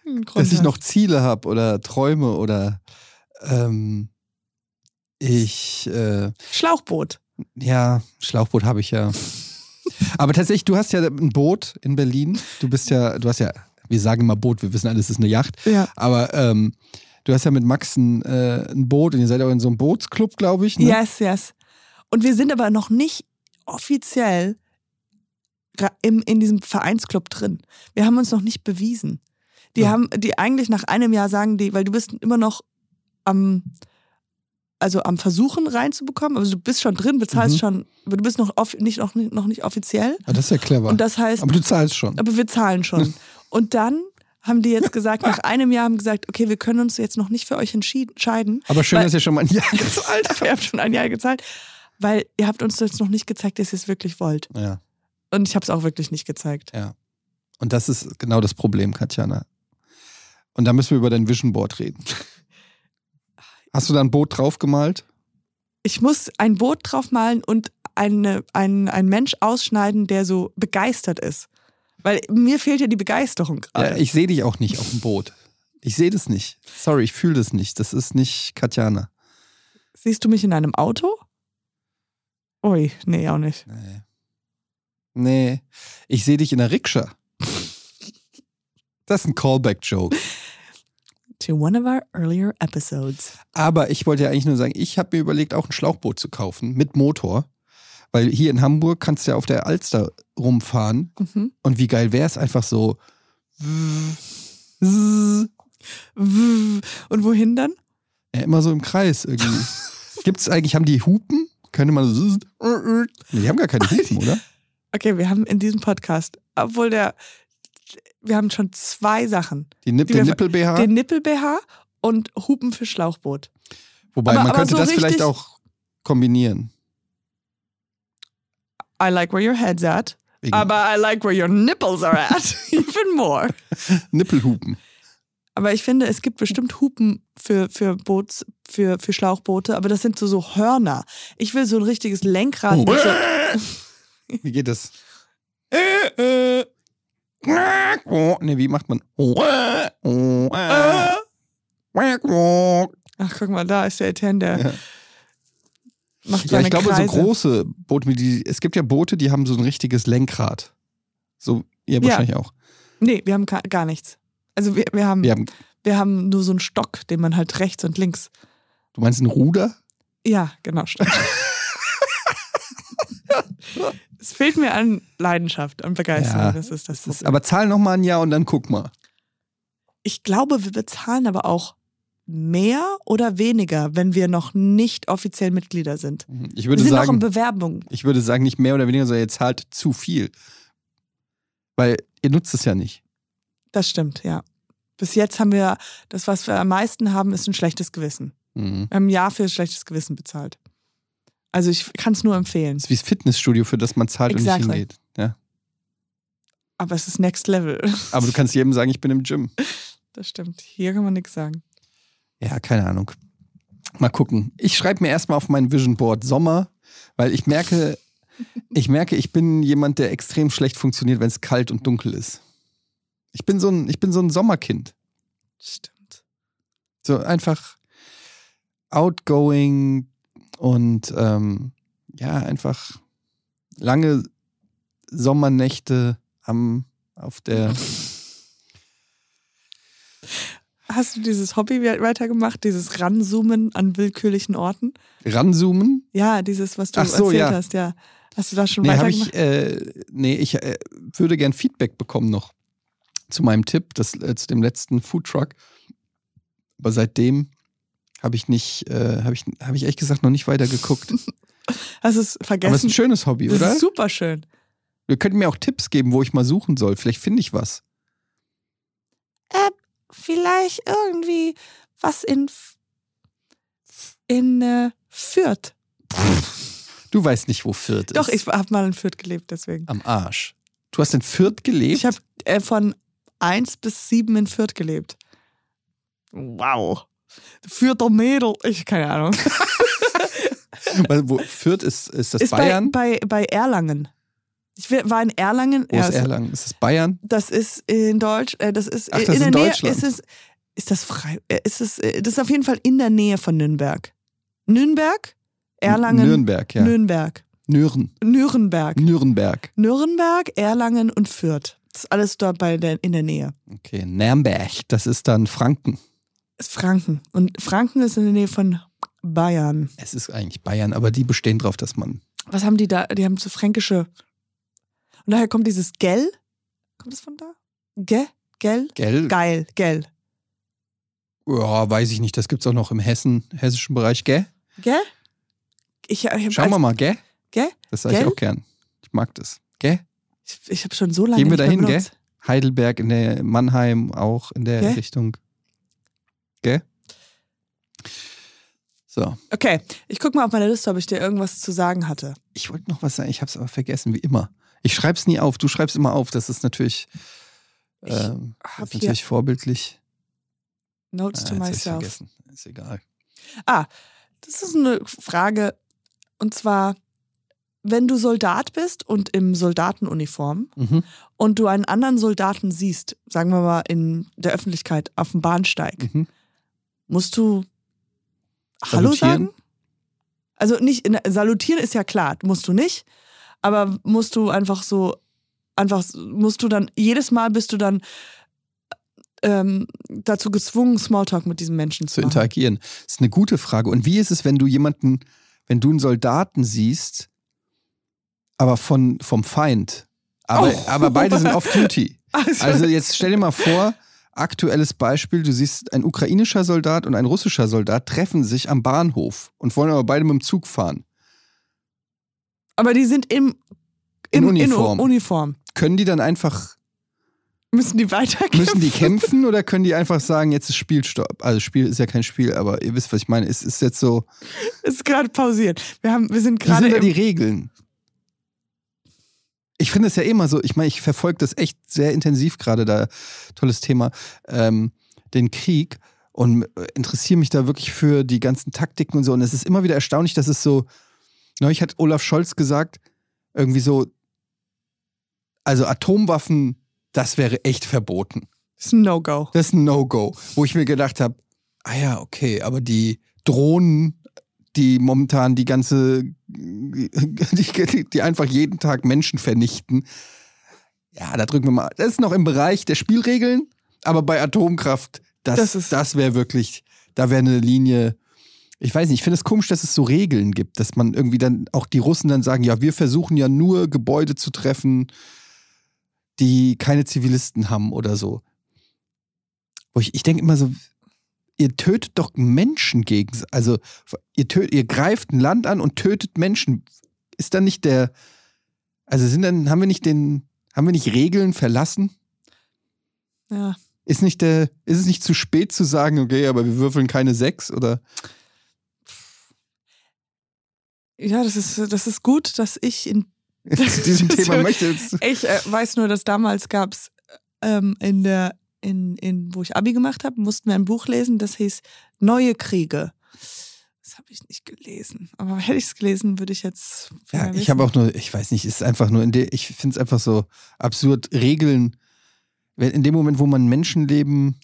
S1: einen Grund
S2: dass ich
S1: hast.
S2: noch Ziele habe oder Träume oder ähm, ich äh,
S1: Schlauchboot.
S2: ja Schlauchboot habe ich ja. Aber tatsächlich, du hast ja ein Boot in Berlin. Du bist ja, du hast ja, wir sagen immer Boot, wir wissen alles, es ist eine Yacht.
S1: Ja.
S2: Aber ähm, du hast ja mit Max ein, äh, ein Boot und ihr seid auch in so einem Bootsclub, glaube ich. Ne?
S1: Yes, yes. Und wir sind aber noch nicht offiziell ra- im, in diesem Vereinsclub drin. Wir haben uns noch nicht bewiesen. Die
S2: Ja.
S1: haben, die eigentlich nach einem Jahr sagen die, weil du bist immer noch am, also am Versuchen reinzubekommen, also du bist schon drin, bezahlst
S2: Mhm.
S1: schon, aber du bist noch, off, nicht, noch, nicht- noch nicht offiziell.
S2: Ah, das ist ja clever.
S1: Und das heißt,
S2: aber du zahlst schon.
S1: aber wir zahlen schon. Und dann haben die jetzt gesagt, nach einem Jahr haben gesagt, okay, wir können uns jetzt noch nicht für euch entschieden- entscheiden,
S2: Aber schön,
S1: Weil-
S2: dass ihr schon mal ein Jahr
S1: so alt, wir haben schon ein Jahr gezahlt, weil ihr habt uns jetzt noch nicht gezeigt, dass ihr es wirklich wollt.
S2: Ja,
S1: Und ich habe es auch wirklich nicht gezeigt.
S2: ja. Und das ist genau das Problem, Katjana. Und da müssen wir über dein Vision Board reden. Hast du da ein Boot draufgemalt?
S1: Ich muss ein Boot draufmalen und eine, ein, ein Mensch ausschneiden, der so begeistert ist. Weil mir fehlt ja die Begeisterung
S2: Ja,
S1: gerade.
S2: ich sehe dich auch nicht auf dem Boot. Ich sehe das nicht. Sorry, ich fühle das nicht. Das ist nicht Katjana.
S1: Siehst du mich in einem Auto? Ui, nee, auch nicht.
S2: Nee. Nee. Ich sehe dich in der Rikscha. Das ist ein Callback-Joke.
S1: To one of our earlier episodes.
S2: Aber ich wollte ja eigentlich nur sagen, ich habe mir überlegt, auch ein Schlauchboot zu kaufen mit Motor. Weil hier in Hamburg kannst du ja auf der Alster rumfahren.
S1: Mhm.
S2: Und wie geil wäre es einfach so.
S1: W- Und wohin dann?
S2: Ja, immer so im Kreis irgendwie. Gibt es eigentlich, haben die Hupen? Könnte man so. Nee, die haben gar keine Hupen, oder?
S1: Okay, wir haben in diesem Podcast, obwohl der, wir haben schon zwei Sachen.
S2: Die Nipp,
S1: Die
S2: den
S1: wir-
S2: Nippel-BH.
S1: Den Nippel-BH und Hupen für Schlauchboot.
S2: Wobei,
S1: aber-
S2: man
S1: aber
S2: könnte
S1: so
S2: das vielleicht
S1: richtig-
S2: auch kombinieren.
S1: I like where your head's at,
S2: Wegen
S1: aber I like where your nipples are at. Even more.
S2: Nippelhupen.
S1: Aber ich finde, es gibt bestimmt Hupen für, für Boots, für, für Schlauchboote, aber das sind so, so Hörner. Ich will so ein richtiges Lenkrad. Also,
S2: Oh.
S1: mit so,
S2: Wie geht das? Oh. Ne, wie macht man?
S1: äh, Ach, guck mal, da ist der Etienne, der
S2: Ja.
S1: macht
S2: Ja,
S1: seine
S2: ich glaube,
S1: Kreise.
S2: so große Boote, wie die, es gibt ja Boote, die haben so ein richtiges Lenkrad. So, ihr
S1: Ja.
S2: wahrscheinlich auch.
S1: Nee, wir haben ka- gar nichts. Also wir, wir, haben,
S2: Wir haben,
S1: wir haben nur so einen Stock, den man halt rechts und links.
S2: du meinst ein Ruder?
S1: Ja, genau. stimmt. es fehlt mir an Leidenschaft, an Begeisterung.
S2: Ja,
S1: das ist das.
S2: Das ist,
S1: Problem.
S2: aber zahl noch mal ein Jahr und dann guck mal.
S1: ich glaube, wir bezahlen aber auch mehr oder weniger, wenn wir noch nicht offiziell Mitglieder sind.
S2: Mhm. Ich
S1: Wir
S2: würde
S1: sind noch in
S2: sagen,
S1: Bewerbung.
S2: ich würde sagen, nicht mehr oder weniger, sondern ihr zahlt zu viel. Weil ihr nutzt es ja nicht.
S1: Das stimmt, ja. Bis jetzt haben wir, das, was wir am meisten haben, ist ein schlechtes Gewissen.
S2: Mhm.
S1: Wir haben ein Jahr für ein schlechtes Gewissen bezahlt. Also ich kann es nur empfehlen.
S2: Das ist wie das Fitnessstudio, für das man zahlt und
S1: Exactly.
S2: nicht hingeht. Ja.
S1: Aber es ist Next Level.
S2: Aber du kannst jedem sagen, ich bin im Gym.
S1: Das stimmt. Hier kann man nichts sagen.
S2: Ja, keine Ahnung. Mal gucken. Ich schreibe mir erstmal auf mein Vision Board Sommer, weil ich merke, ich merke, ich bin jemand, der extrem schlecht funktioniert, wenn es kalt und dunkel ist. Ich bin so ein, ich bin so ein Sommerkind.
S1: Stimmt.
S2: So einfach outgoing und ähm, ja, einfach lange Sommernächte am auf der.
S1: Hast du dieses Hobby we- weitergemacht, dieses Ranzoomen an willkürlichen Orten?
S2: Ranzoomen.
S1: Ja, dieses, was du
S2: Ach so,
S1: erzählt
S2: ja.
S1: hast, ja. Hast du halt das schon
S2: Nee, habe
S1: weitergemacht?
S2: ich, äh, nee, ich äh, würde gern Feedback bekommen noch zu meinem Tipp, das, äh, zu dem letzten Foodtruck. Aber seitdem habe ich nicht, äh, habe ich, habe ich ehrlich gesagt noch nicht weitergeguckt.
S1: Hast du es vergessen?
S2: Aber es ist ein schönes Hobby,
S1: Das
S2: oder?
S1: ist super schön.
S2: Wir könnten mir auch Tipps geben, wo ich mal suchen soll. Vielleicht finde ich was.
S1: Vielleicht irgendwie was in, F- in äh, Fürth.
S2: Du weißt nicht, wo Fürth
S1: Doch,
S2: ist.
S1: ich habe mal in Fürth gelebt, deswegen.
S2: Am Arsch. Du hast in Fürth gelebt?
S1: Ich habe äh, von 1 bis 7 in Fürth gelebt. Wow. Fürther Mädel. Ich keine Ahnung.
S2: Weil wo, Fürth ist, ist das
S1: ist
S2: Bayern?
S1: Bei, bei, bei Erlangen. Ich wi- war in Erlangen.
S2: wo
S1: Ja,
S2: ist
S1: es-
S2: Erlangen? Ist das Bayern?
S1: Das ist in Deutsch. Äh, das ist
S2: Ach,
S1: äh,
S2: das
S1: in
S2: ist
S1: der
S2: in
S1: Nähe.
S2: Deutschland.
S1: Ist es, ist das frei? äh, Ist es, äh, das ist auf jeden Fall in der Nähe von Nürnberg. Nürnberg? Erlangen?
S2: Nürnberg, ja.
S1: Nürnberg.
S2: Nürn.
S1: Nürnberg.
S2: Nürnberg.
S1: Nürnberg, Erlangen und Fürth. Das ist alles dort bei der, in der Nähe.
S2: Okay, Nürnberg. Das ist dann Franken.
S1: ist Franken. Und Franken ist in der Nähe von Bayern.
S2: Es ist eigentlich Bayern, aber die bestehen drauf, dass man.
S1: Was haben die da? Die haben so fränkische. Und daher kommt dieses Gell. Kommt das von da? Ge? Gell?
S2: Gell?
S1: Geil, gell.
S2: Ja, weiß ich nicht. Das gibt's auch noch im Hessen, hessischen Bereich, gell?
S1: Gell? Ich, ich,
S2: Schauen wir mal, gell?
S1: Gell?
S2: Das sage ich
S1: Gell?
S2: auch gern. Ich mag das. Gell?
S1: Ich, ich habe schon so lange.
S2: Gehen wir
S1: nicht mehr
S2: dahin, gell?
S1: benutzt.
S2: Heidelberg in der Mannheim auch in der
S1: Gell?
S2: Richtung. Gell? So,
S1: Okay, ich guck mal auf meine Liste, ob ich dir irgendwas zu sagen hatte.
S2: ich wollte noch was sagen, ich habe es aber vergessen, wie immer. Ich schreib's nie auf, du schreibst immer auf, das ist natürlich,
S1: Ich
S2: ähm,
S1: hab
S2: das ist
S1: hier-
S2: natürlich vorbildlich.
S1: Notes
S2: Ah,
S1: to
S2: jetzt hab ich's
S1: myself.
S2: vergessen. Ist egal.
S1: Das ist eine Frage. Und zwar, wenn du Soldat bist und im Soldatenuniform
S2: Mhm.
S1: und du einen anderen Soldaten siehst, sagen wir mal in der Öffentlichkeit auf dem Bahnsteig,
S2: Mhm.
S1: musst du Hallo
S2: Salutieren?
S1: sagen? Also nicht in, salutieren ist ja klar, musst du nicht, aber musst du einfach so einfach so- musst du dann jedes Mal bist du dann ähm, dazu gezwungen Smalltalk mit diesem Menschen
S2: zu
S1: zu machen.
S2: interagieren. Das ist eine gute Frage. Und wie ist es, wenn du jemanden, wenn du einen Soldaten siehst, aber von, vom Feind? Aber,
S1: Oh.
S2: aber beide sind off duty.
S1: Also,
S2: Also jetzt stell dir mal vor, aktuelles Beispiel, du siehst ein ukrainischer Soldat und ein russischer Soldat treffen sich am Bahnhof und wollen aber beide mit dem Zug fahren.
S1: aber die sind im
S2: In
S1: im-
S2: Uniform.
S1: In Uniform.
S2: Können die dann einfach,
S1: Müssen die weitergehen?
S2: müssen die kämpfen oder können die einfach sagen, jetzt ist Spielstopp? Also Spiel ist ja kein Spiel, aber ihr wisst, was ich meine. Es ist jetzt so,
S1: Ist gerade pausiert. Wir haben, wir sind
S2: Wie
S1: gerade.
S2: sind da
S1: im-
S2: die Regeln? Ich finde es ja immer so, ich meine, ich verfolge das echt sehr intensiv gerade da, tolles Thema, ähm, den Krieg und äh, interessiere mich da wirklich für die ganzen Taktiken und so. Und es ist immer wieder erstaunlich, dass es so, neulich hat Olaf Scholz gesagt, irgendwie so, also Atomwaffen, das wäre echt verboten.
S1: ist ein No-Go.
S2: Das ist ein No-Go, wo ich mir gedacht habe, Ah ja, okay, aber die Drohnen, die momentan die ganze, die, die, die einfach jeden Tag Menschen vernichten, ja, da drücken wir mal. Das ist noch im Bereich der Spielregeln, aber bei Atomkraft, das,
S1: Das
S2: das,
S1: ist-
S2: wäre wirklich, da wäre eine Linie. Ich weiß nicht, ich finde es komisch, dass es so Regeln gibt, dass man irgendwie dann auch die Russen dann sagen, ja, wir versuchen ja nur Gebäude zu treffen, die keine Zivilisten haben oder so. Wo ich, ich denke immer so, ihr tötet doch Menschen gegen, also ihr, tö- ihr greift ein Land an und tötet Menschen. Ist dann nicht der, also sind dann, haben wir nicht den, haben wir nicht Regeln verlassen?
S1: Ja.
S2: Ist nicht der, ist es nicht zu spät zu sagen, okay, aber wir würfeln keine sechs oder?
S1: Ja, das ist, das ist gut, dass ich in.
S2: Zu diesem Thema möchte jetzt.
S1: Ich äh, weiß nur, dass damals gab es ähm, in der, in, in, wo ich Abi gemacht habe, mussten wir ein Buch lesen, das hieß Neue Kriege. Das habe ich nicht gelesen. Aber hätte ich es gelesen, würde ich jetzt.
S2: Ja, ich habe auch nur, ich weiß nicht, ist einfach nur, in der, ich finde es einfach so absurd, Regeln, wenn in dem Moment, wo man Menschenleben,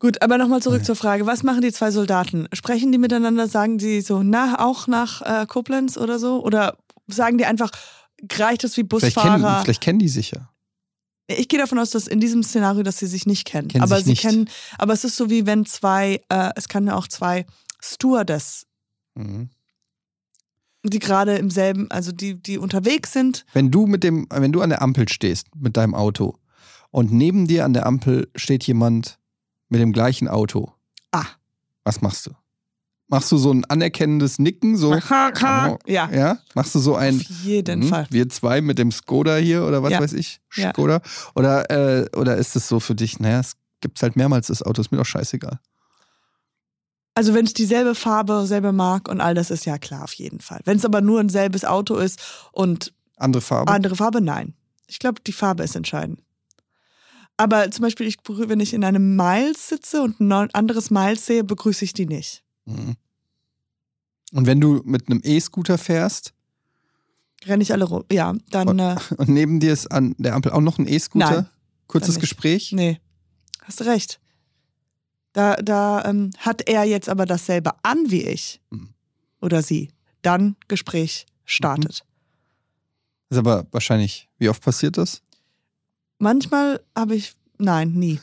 S1: Gut, aber nochmal zurück zur Frage. Was machen die zwei Soldaten? Sprechen die miteinander? Sagen die so, na, auch nach äh, Koblenz oder so? Oder sagen die einfach, reicht es wie
S2: vielleicht kennen,
S1: Busfahrer?
S2: vielleicht kennen die sich ja.
S1: Ich gehe davon aus, dass in diesem Szenario, dass sie sich nicht kennen.
S2: Kennen
S1: aber
S2: sich
S1: sie
S2: nicht.
S1: kennen, aber es ist so wie wenn zwei, äh, es kann ja auch zwei Stewardess,
S2: Mhm.
S1: die gerade im selben, also die, die unterwegs sind.
S2: Wenn du mit dem, wenn du an der Ampel stehst mit deinem Auto und neben dir an der Ampel steht jemand mit dem gleichen Auto,
S1: Ah.
S2: was machst du? Machst du so ein anerkennendes Nicken, so?
S1: Ja, ja,
S2: Ja? Machst du so
S1: auf
S2: ein
S1: jeden
S2: Oh. mhm,
S1: Fall.
S2: Wir zwei mit dem Skoda hier oder was
S1: Ja.
S2: weiß ich?
S1: Ja.
S2: Skoda? Oder, äh, oder ist es so für dich, naja, es gibt's halt mehrmals das Auto, ist mir doch scheißegal.
S1: Also wenn es dieselbe Farbe, selbe Mark und all das ist ja klar, auf jeden Fall. Wenn es aber nur ein selbes Auto ist und
S2: Andere Farbe.
S1: Andere Farbe, nein. Ich glaube, die Farbe ist entscheidend. Aber zum Beispiel, ich berühre, wenn ich in einem Miles sitze und ein neu- anderes Miles sehe, begrüße ich die nicht.
S2: Mhm. Und wenn du mit einem E-Scooter fährst
S1: Renne ich alle rum. Ja, dann, äh,
S2: und neben dir ist an der Ampel auch noch ein
S1: Nein,
S2: E-Scooter,
S1: dann
S2: kurzes
S1: nicht.
S2: Gespräch.
S1: nee. Hast du recht. Da, da ähm, hat er jetzt aber dasselbe an wie ich.
S2: Mhm.
S1: Oder sie. Dann Gespräch startet.
S2: Ist aber wahrscheinlich, wie oft passiert das? Mhm.
S1: Manchmal habe ich. Nein, nie.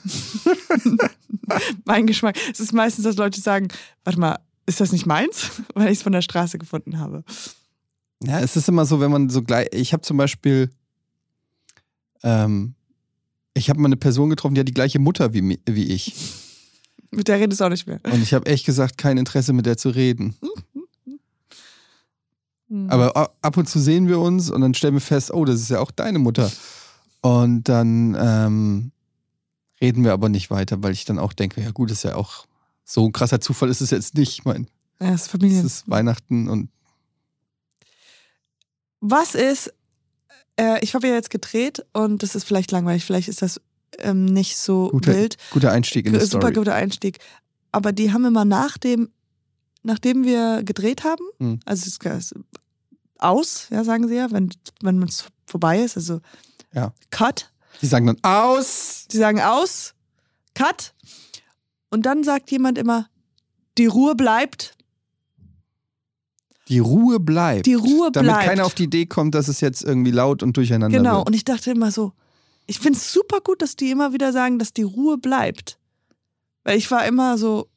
S1: mein Geschmack. Es ist meistens, dass Leute sagen: Warte mal, ist das nicht meins? Weil ich es von der Straße gefunden habe.
S2: Ja, es ist immer so, wenn man so gleich. Ich habe zum Beispiel, ähm, ich habe mal eine Person getroffen, die hat die gleiche Mutter wie, mi- wie ich.
S1: Mit der redest du auch nicht mehr.
S2: Und ich habe echt gesagt, kein Interesse mit der zu reden. Mhm. Aber a- ab und zu sehen wir uns und dann stellen wir fest, oh, das ist ja auch deine Mutter. Und dann ähm, reden wir aber nicht weiter, weil ich dann auch denke, ja gut, ist ja auch so ein krasser Zufall ist es jetzt nicht. Ich meine,
S1: ja, ist
S2: es
S1: Familien.
S2: ist Weihnachten und
S1: Was ist, äh, ich habe ja jetzt gedreht und das ist vielleicht langweilig, vielleicht ist das ähm, nicht so
S2: Guter
S1: wild.
S2: guter Einstieg in die
S1: Super
S2: Story.
S1: guter Einstieg. Aber die haben immer nach dem, nachdem wir gedreht haben,
S2: Hm.
S1: also es ist aus, ja, sagen sie ja, wenn wenn es vorbei ist, also
S2: Ja.
S1: Cut.
S2: Die sagen dann aus.
S1: Die sagen aus, Cut. Und dann sagt jemand immer, die Ruhe bleibt.
S2: Die Ruhe bleibt.
S1: Die Ruhe
S2: Damit
S1: bleibt.
S2: keiner auf die Idee kommt, dass es jetzt irgendwie laut und durcheinander
S1: Genau,
S2: wird.
S1: und ich dachte immer so, ich finde es super gut, dass die immer wieder sagen, dass die Ruhe bleibt. Weil ich war immer so,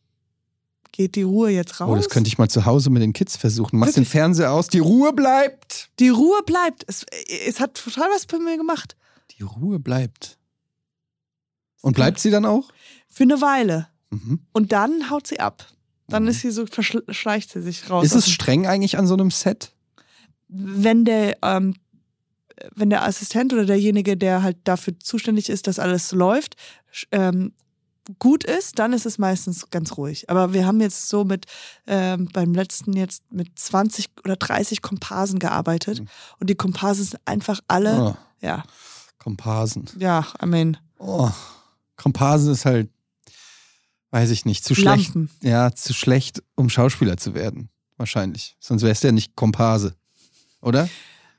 S1: geht die Ruhe jetzt raus?
S2: Oh, das könnte ich mal zu Hause mit den Kids versuchen. Machst den
S1: Wirklich?
S2: Fernseher aus, die Ruhe bleibt.
S1: Die Ruhe bleibt. Es, es hat total was bei mir gemacht.
S2: Die Ruhe bleibt. Und bleibt sie dann auch?
S1: Für eine Weile.
S2: Mhm.
S1: Und dann haut sie ab. Dann
S2: Mhm.
S1: ist sie so, verschleicht sie sich raus.
S2: Ist
S1: aus
S2: es
S1: dem-
S2: streng eigentlich an so einem Set?
S1: wenn der, ähm, wenn der Assistent oder derjenige, der halt dafür zuständig ist, dass alles läuft, sch- ähm, gut ist, dann ist es meistens ganz ruhig. Aber wir haben jetzt so mit ähm, beim letzten jetzt mit 20 oder 30 Komparsen gearbeitet
S2: Mhm.
S1: und die Komparsen sind einfach alle,
S2: Oh,
S1: ja,
S2: Komparsen.
S1: ja, I mean,
S2: Oh, Komparsen ist halt, weiß ich nicht, zu schlecht.
S1: Lampen.
S2: Ja, zu schlecht, um Schauspieler zu werden. Wahrscheinlich. Sonst wärst du ja nicht Komparse. Oder?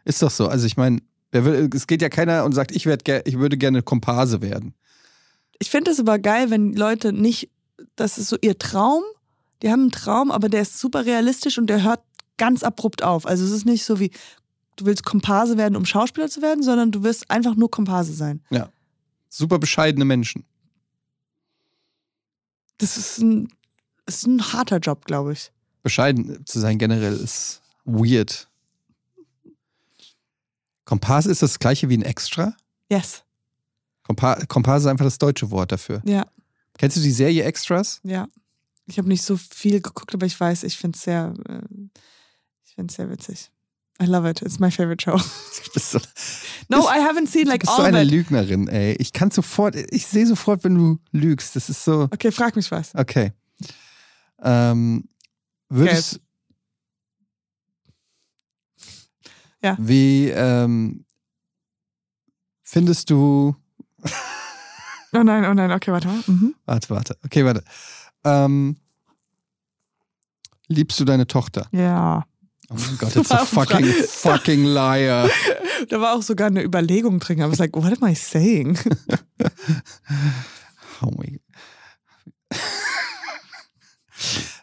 S2: Ist doch so. Also ich meine, wer will- es geht ja keiner und sagt, ich, werd, ger- ich würde gerne Komparse werden.
S1: Ich finde es aber geil, wenn Leute nicht das ist so ihr Traum. Die haben einen Traum, aber der ist super realistisch und der hört ganz abrupt auf. Also es ist nicht so wie, du willst Komparse werden, um Schauspieler zu werden, sondern du wirst einfach nur Komparse sein.
S2: Super bescheidene Menschen.
S1: Das ist ein, ist ein harter Job, glaube ich.
S2: Bescheiden zu sein generell ist weird. Komparse ist das gleiche wie ein Extra?
S1: Yes.
S2: Kompa Komparse ist einfach das deutsche Wort dafür.
S1: Ja,
S2: Kennst du die Serie Extras?
S1: ja. Ich habe nicht so viel geguckt, aber ich weiß, ich finde es sehr, äh, ich find's sehr witzig. I love it. It's my favorite show.
S2: Du bist so,
S1: No, I haven't seen
S2: du
S1: like
S2: bist so
S1: all of
S2: eine
S1: it.
S2: Lügnerin, ey. Ich kann sofort, ich sehe sofort, wenn du lügst. Das ist so,
S1: Okay, frag mich was.
S2: okay. Ähm, würdest.
S1: Ja.
S2: Wie ähm, findest du.
S1: Oh nein, oh nein, okay, warte mal. Mhm.
S2: Warte, warte. Okay, warte. Ähm, liebst du deine Tochter?
S1: Ja.
S2: Oh mein Gott, jetzt a
S1: Warum fra-
S2: fucking, fucking liar.
S1: Da war auch sogar eine Überlegung drin. I was like, what am I saying?
S2: Oh mein Gott.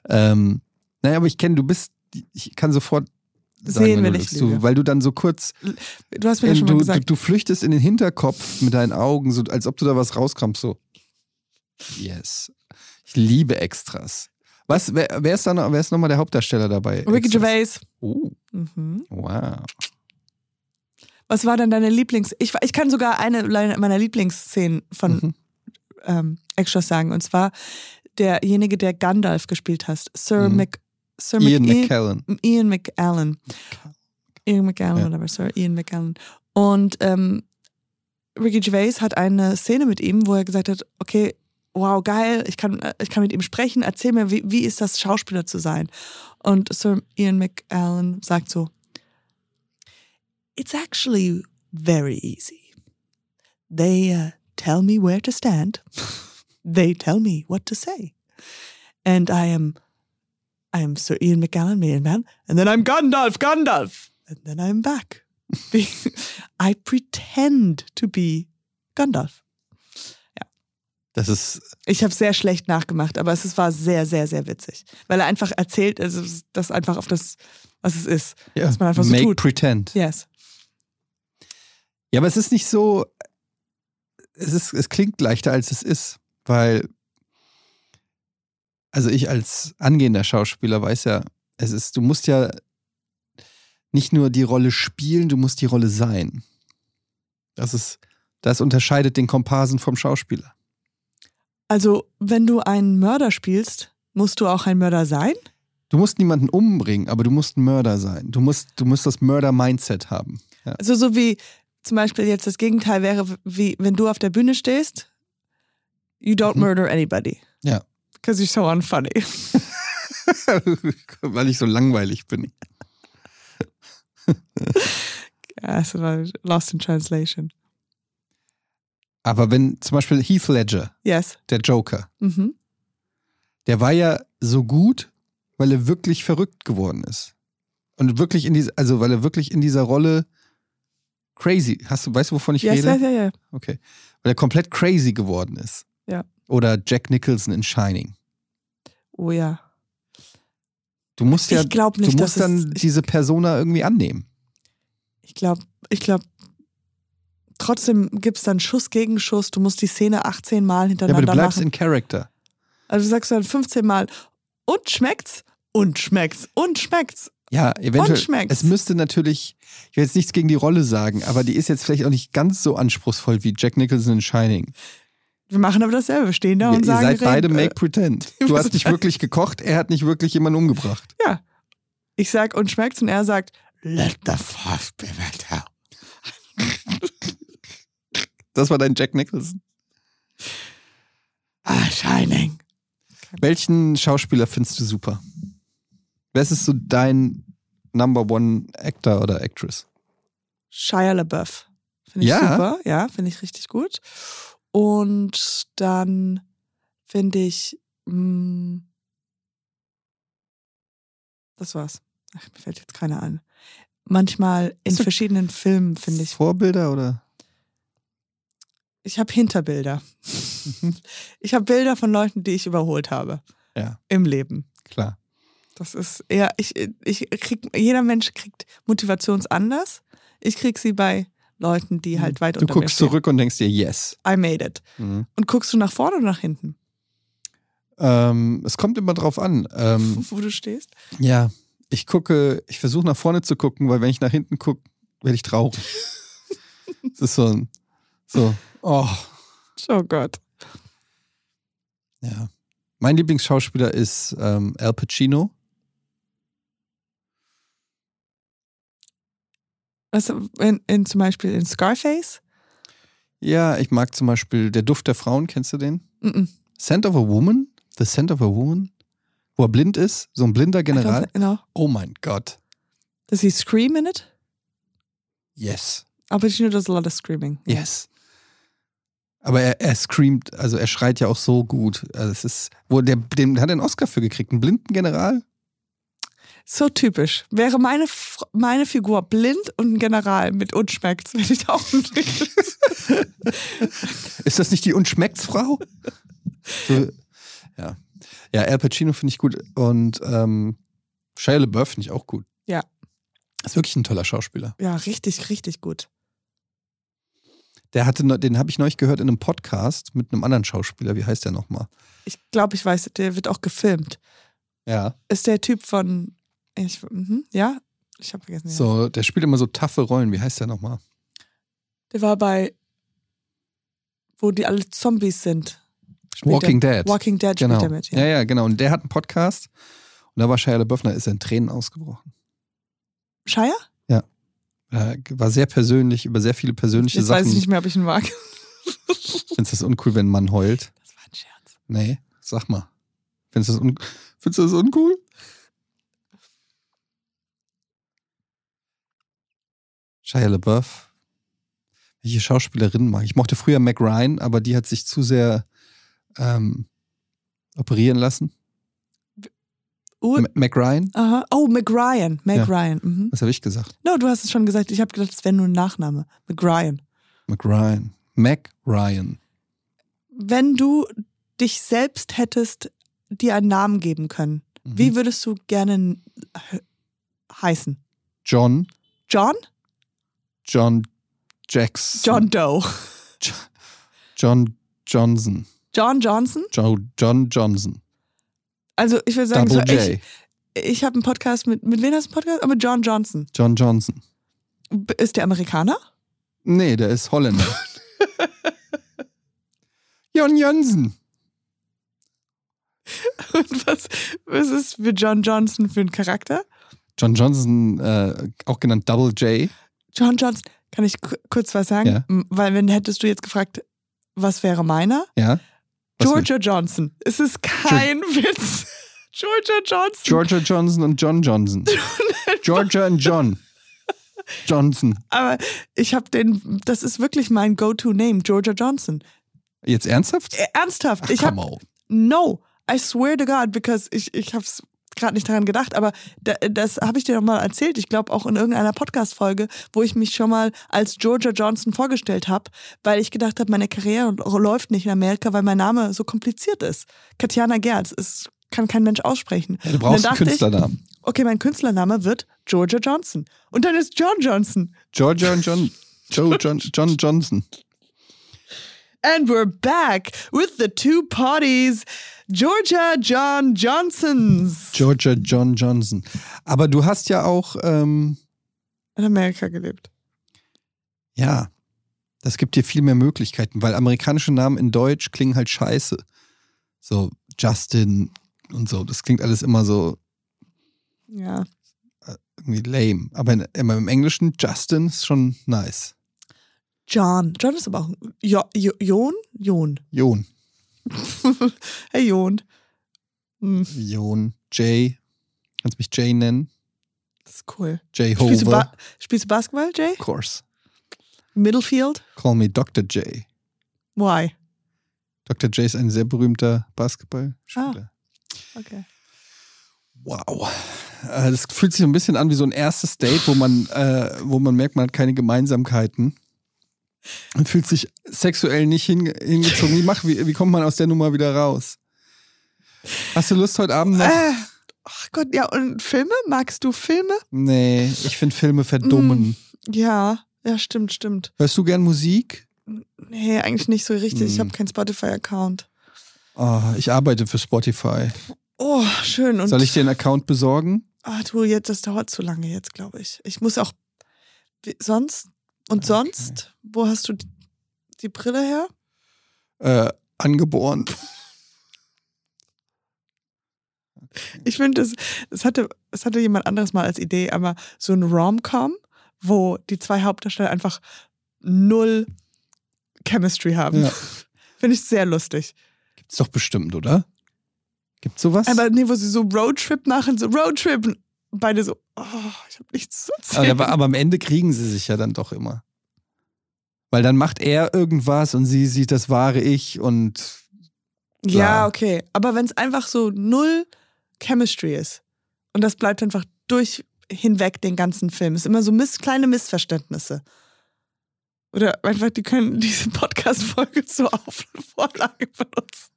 S2: ähm, naja, aber ich kenne, du bist, ich kann sofort sagen,
S1: Sehen,
S2: wenn
S1: wenn
S2: du
S1: ich
S2: lügst, du,
S1: lüge.
S2: weil du dann so kurz,
S1: Du hast mir
S2: in, Äh,
S1: das schon mal
S2: du, du,
S1: gesagt.
S2: du flüchtest in den Hinterkopf mit deinen Augen, so als ob du da was rauskommst, so. Yes. Ich liebe Extras. Was, wer, wer ist da noch, wer ist nochmal der Hauptdarsteller dabei?
S1: Ricky
S2: Extras.
S1: Gervais.
S2: Oh,
S1: Mhm.
S2: wow.
S1: Was war denn deine Lieblings... Ich, ich kann sogar eine meiner Lieblingsszenen von
S2: Mhm.
S1: ähm, Extras sagen. Und zwar derjenige, der Gandalf gespielt hast. Sir,
S2: Mhm.
S1: Mc, Sir
S2: Ian
S1: McIan-
S2: McKellen.
S1: Ian McAllen. Ian McAllen
S2: Ja.
S1: oder was, sorry, Ian McAllen. Und ähm, Ricky Gervais hat eine Szene mit ihm, wo er gesagt hat, okay, wow, geil, ich kann, äh, ich kann mit ihm sprechen, erzähl mir, wie, wie ist das, Schauspieler zu sein? Und Sir Ian McAllen sagt so, it's actually very easy. They uh, tell me where to stand. They tell me what to say. And I am I'm Sir Ian McGallan, Million Man, and then I'm Gandalf, Gandalf, and then I'm back. Be- I pretend to be Gandalf.
S2: Das ist,
S1: Ich habe sehr schlecht nachgemacht, aber es ist- war sehr, sehr, sehr witzig, weil er einfach erzählt, also es ist das einfach auf das, was es ist.
S2: ja,
S1: man einfach so
S2: make
S1: tut.
S2: pretend.
S1: Yes.
S2: Ja, aber es ist nicht so. Es, ist, es klingt leichter, als es ist, weil. Also, ich als angehender Schauspieler weiß ja, es ist, du musst ja nicht nur die Rolle spielen, du musst die Rolle sein. Das ist, das unterscheidet den Komparsen vom Schauspieler.
S1: Also wenn du einen Mörder spielst, musst du auch ein Mörder sein.
S2: Du musst niemanden umbringen, aber du musst ein Mörder sein. Du musst, du musst das Mörder-Mindset haben.
S1: Also so wie zum Beispiel jetzt das Gegenteil wäre, wie wenn du auf der Bühne stehst, you don't
S2: Mhm.
S1: murder anybody.
S2: Ja.
S1: Because you're so unfunny.
S2: Weil ich so langweilig bin.
S1: Ja, es war Lost in Translation.
S2: Aber wenn zum Beispiel Heath Ledger,
S1: Yes.
S2: der Joker,
S1: Mhm.
S2: der war ja so gut, weil er wirklich verrückt geworden ist. Und wirklich in diese, also weil er wirklich in dieser Rolle crazy, hast du, weißt du, wovon ich
S1: Yes,
S2: rede?
S1: yes, yes, yes.
S2: Okay. Weil er komplett crazy geworden ist.
S1: Ja.
S2: Oder Jack Nicholson in Shining.
S1: Oh ja.
S2: Du musst ja,
S1: ich glaube
S2: du
S1: nicht, dass
S2: musst dann
S1: es, ich,
S2: diese Persona irgendwie annehmen.
S1: ich glaube, ich glaube, trotzdem gibt es dann Schuss gegen Schuss. Du musst die Szene 18 Mal
S2: Ja, aber du
S1: hintereinander
S2: bleibst
S1: machen.
S2: in Character.
S1: Also du sagst dann 15 Mal und schmeckt's und schmeckt's und schmeckt's.
S2: Ja, eventuell.
S1: Und schmeckt's.
S2: Es müsste natürlich, ich will jetzt nichts gegen die Rolle sagen, aber die ist jetzt vielleicht auch nicht ganz so anspruchsvoll wie Jack Nicholson in Shining.
S1: Wir machen aber dasselbe. Wir stehen da
S2: Ihr-
S1: und sagen,
S2: ihr seid
S1: wir
S2: beide
S1: reden, äh,
S2: Make Pretend. Du hast nicht wirklich gekocht, er hat nicht wirklich jemanden umgebracht.
S1: ich sag und schmeckt's und er sagt, let the fuck be right out.
S2: Das war dein Jack Nicholson.
S1: Ah, Shining.
S2: Welchen Schauspieler findest du super? Wer ist so dein Number One Actor oder Actress?
S1: Shia LaBeouf. Finde ich
S2: Ja?
S1: super. Ja, finde ich richtig gut. Und dann finde ich. Mh, das war's. Ach, mir fällt jetzt keiner an. Manchmal in
S2: Ist so-
S1: verschiedenen Filmen, finde ich.
S2: Vorbilder oder?
S1: ich habe Hinterbilder. ich habe Bilder von Leuten, die ich überholt habe
S2: Ja,
S1: im Leben.
S2: klar.
S1: Das ist eher, ich, ich krieg, jeder Mensch kriegt Motivations anders. Ich krieg sie bei Leuten, die halt weit
S2: Hm. Du
S1: unter mir
S2: guckst
S1: stehen.
S2: zurück und denkst dir, yes.
S1: I made it.
S2: Mhm.
S1: Und guckst du nach vorne oder nach hinten,
S2: Ähm, es kommt immer drauf an. Ähm,
S1: wo du stehst?
S2: ja, ich gucke, ich versuche nach vorne zu gucken, weil wenn ich nach hinten gucke, werde ich traurig. Es ist so ein, so, oh,
S1: Oh Gott.
S2: ja. Mein Lieblingsschauspieler ist ähm, Al Pacino.
S1: Also in, in, zum Beispiel in Scarface?
S2: Ja, ich mag zum Beispiel Der Duft der Frauen, kennst du den?
S1: Mm-mm.
S2: Scent of a Woman? The Scent of a Woman? Wo er blind ist, so ein blinder
S1: I don't
S2: General.
S1: think- Genau.
S2: Oh mein Gott.
S1: Does he scream in it?
S2: Yes.
S1: Al Pacino does a lot of screaming.
S2: Yes. Aber er, er screamt, also er schreit ja auch so gut. Also es ist, wo der, dem hat er einen Oscar für gekriegt, einen blinden General.
S1: So typisch. Wäre meine, F- meine Figur blind und ein General mit uns schmeckt's, wenn ich da auch nicht.
S2: Ist das nicht die Unschmecktsfrau? so, ja. Ja, Al Pacino finde ich gut und ähm, Shia LaBeouf finde ich auch gut.
S1: Ja.
S2: Ist wirklich ein toller Schauspieler.
S1: Ja, richtig, richtig gut.
S2: Der hatte, neu- den habe ich neulich gehört in einem Podcast mit einem anderen Schauspieler. Wie heißt der nochmal?
S1: Ich glaube, ich weiß, der wird auch gefilmt.
S2: Ja.
S1: Ist der Typ von. Ich, mhm, ja? Ich habe vergessen. Ja.
S2: So, der spielt immer so taffe Rollen. Wie heißt der nochmal?
S1: Der war bei. Wo die alle Zombies sind. Spielt
S2: Walking Dead.
S1: er, Walking Dead
S2: genau.
S1: spielt er mit.
S2: ja. ja, genau. Und der hat einen Podcast. Und da war Shia LaBeouf, da ist er in Tränen ausgebrochen.
S1: Shire?
S2: Äh, War sehr persönlich, über sehr viele persönliche
S1: Jetzt weiß ich
S2: Sachen.
S1: nicht mehr, ob ich ihn mag.
S2: Findest du das uncool, wenn ein Mann heult?
S1: Das war ein Scherz.
S2: Nee, sag mal. Findest du das, un Findest du das uncool? Shia LaBeouf. Welche Schauspielerin mag ich? Ich mochte früher Mac Ryan, aber die hat sich zu sehr ähm, operieren lassen.
S1: Uh,
S2: M Mac Ryan?
S1: aha. Oh, McRyan.
S2: Ja.
S1: McRyan. Mhm.
S2: Was habe ich gesagt?
S1: No, du hast es schon gesagt. Ich habe gedacht, das wäre nur ein Nachname. McRyan.
S2: Mac Ryan. Mac Ryan.
S1: Wenn du dich selbst hättest dir einen Namen geben können,
S2: Mhm.
S1: wie würdest du gerne he- heißen?
S2: John.
S1: John?
S2: John Jackson.
S1: John Doe.
S2: John Johnson.
S1: John Johnson?
S2: Jo John Johnson.
S1: Also ich würde sagen, so,
S2: Double
S1: ich,
S2: J.
S1: ich habe einen Podcast mit, mit wem hast du einen Podcast? Aber John Johnson.
S2: John Johnson.
S1: B- Ist der Amerikaner?
S2: Nee, der ist Holländer. Jon Jönsen.
S1: Und was, was ist für John Johnson für ein Charakter?
S2: John Johnson, äh, auch genannt Double J.
S1: John Johnson, kann ich ku- kurz was sagen?
S2: Ja.
S1: M- Weil wenn hättest du jetzt gefragt, was wäre meiner?
S2: Ja. Was
S1: Georgia Johnson. Es ist kein Witz. Georgia Johnson.
S2: für- Georgia Johnson und John Johnson. Georgia und John. Johnson.
S1: Aber ich habe den, das ist wirklich mein Go-to-Name, Georgia Johnson.
S2: Jetzt ernsthaft?
S1: Ä- Ernsthaft,
S2: Ach,
S1: Äh, ich
S2: come
S1: habe
S2: on.
S1: no, I swear to God, because ich ich habe es gerade nicht daran gedacht, aber da, das habe ich dir noch mal erzählt. Ich glaube auch in irgendeiner Podcast-Folge, wo ich mich schon mal als Georgia Johnson vorgestellt habe, weil ich gedacht habe, meine Karriere läuft nicht in Amerika, weil mein Name so kompliziert ist. Katjana Gerz, es kann kein Mensch aussprechen.
S2: Ja, du
S1: Und dann
S2: brauchst einen
S1: dachte ich,
S2: Künstlernamen.
S1: Okay, mein Künstlername wird Georgia Johnson. Und dann ist John Johnson.
S2: Georgia und John. Joe John, John Johnson.
S1: And we're back with the two parties, Georgia John Johnsons.
S2: Georgia John Johnson. Aber du hast ja auch, ähm,
S1: In Amerika gelebt.
S2: ja, das gibt dir viel mehr Möglichkeiten, weil amerikanische Namen in Deutsch klingen halt scheiße. So Justin und so. Das klingt alles immer so
S1: Ja.
S2: irgendwie lame. Aber in, immer im Englischen Justin ist schon nice.
S1: John. John ist aber auch. Jo, jo, Jon? Jon.
S2: Jon.
S1: hey, Jon. Hm,
S2: Jon. Jay. Kannst mich Jay nennen.
S1: das ist cool.
S2: Jay
S1: Spielst du, ba
S2: Hover.
S1: spielst du Basketball, Jay?
S2: Of course.
S1: Middlefield?
S2: Call me Dr. J.
S1: Why?
S2: Dr. J ist ein sehr berühmter
S1: Ah.
S2: Basketballspieler.
S1: Okay.
S2: Wow. Äh, Das fühlt sich ein bisschen an wie so ein erstes Date, wo man, äh, wo man merkt, man hat keine Gemeinsamkeiten. Man fühlt sich sexuell nicht hinge hingezogen. Wie, mach, wie, wie kommt man aus der Nummer wieder raus? Hast du Lust heute Abend noch?
S1: Äh, ach Gott, ja, und Filme? Magst du Filme?
S2: Nee, ich finde Filme verdummen.
S1: Mm. Ja, ja, stimmt, stimmt.
S2: Hörst du gern Musik?
S1: Nee, eigentlich nicht so richtig. Ich
S2: Hm.
S1: habe keinen Spotify-Account.
S2: Oh, ich arbeite für Spotify.
S1: Oh, schön. Und
S2: Soll ich dir einen Account besorgen?
S1: Ah, du, jetzt, das dauert zu lange jetzt, glaube ich. Ich muss auch. Wie- Sonst? Und
S2: Okay.
S1: sonst? Wo hast du die, die Brille her?
S2: Äh, angeboren.
S1: Ich finde, es, es, hatte, es hatte jemand anderes mal als Idee, aber so ein Rom-Com, wo die zwei Hauptdarsteller einfach null Chemistry haben.
S2: Ja.
S1: Finde ich sehr lustig.
S2: Gibt's doch bestimmt, oder? Gibt's sowas?
S1: Aber nee, wo sie so Roadtrip machen, so Roadtrip. und Beide so, oh, ich habe nichts zu
S2: aber,
S1: erzählen.
S2: aber, aber am Ende kriegen sie sich ja dann doch immer. Weil dann macht er irgendwas und sie sieht das wahre Ich und
S1: Ja,
S2: Klar.
S1: okay. Aber wenn es einfach so null Chemistry ist und das bleibt einfach durch hinweg den ganzen Film, ist immer so miss, kleine Missverständnisse. Oder einfach, die können diese Podcast-Folge zur Auf Vorlage benutzen.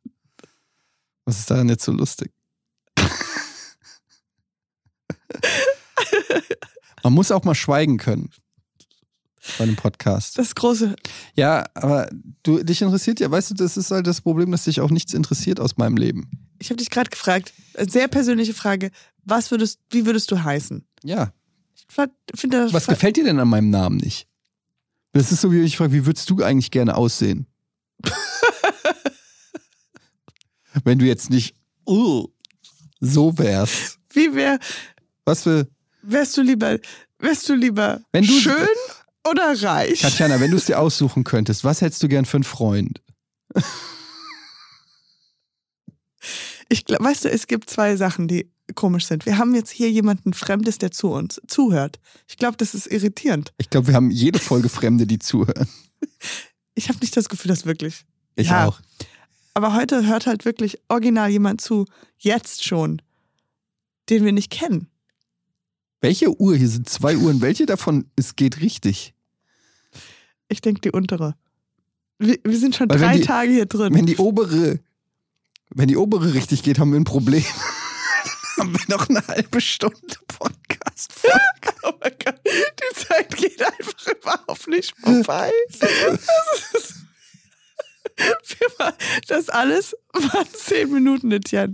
S2: was ist daran jetzt so lustig? Man muss auch mal schweigen können bei einem Podcast.
S1: Das große.
S2: Ja, aber du, dich interessiert ja, weißt du, das ist halt das Problem, dass dich auch nichts interessiert aus meinem Leben.
S1: Ich habe dich gerade gefragt, äh, sehr persönliche Frage, was würdest, wie würdest du heißen?
S2: Ja.
S1: Ich fa- finde das
S2: Was
S1: fa-
S2: gefällt dir denn an meinem Namen nicht? Das ist so, wie wenn ich frage, wie würdest du eigentlich gerne aussehen? wenn du jetzt nicht uh, so wärst.
S1: Wie wär,
S2: Was für.
S1: wärst du lieber, wärst du lieber
S2: Wenn du-
S1: schön oder reich?
S2: Katjana, wenn du es dir aussuchen könntest, was hättest du gern für einen Freund?
S1: Ich glaube, weißt du, es gibt zwei Sachen, die komisch sind. Wir haben jetzt hier jemanden Fremdes, der zu uns zuhört. Ich glaube, das ist irritierend.
S2: Ich glaube, wir haben jede Folge Fremde, die zuhören.
S1: Ich habe nicht das Gefühl, dass wirklich.
S2: Ich
S1: Ja.
S2: auch.
S1: Aber heute hört halt wirklich original jemand zu, jetzt schon, den wir nicht kennen.
S2: Welche Uhr? Hier sind zwei Uhren. Welche davon es geht richtig?
S1: Ich denke, die untere. Wir, wir sind schon
S2: Weil wenn
S1: drei
S2: die-
S1: Tage hier drin.
S2: Wenn die obere, wenn die obere richtig geht, haben wir ein Problem. haben wir noch eine halbe Stunde Podcast.
S1: Oh mein Gott, die Zeit geht einfach überhaupt nicht vorbei. Das ist- Wir war- Das alles waren zehn Minuten, Etienne.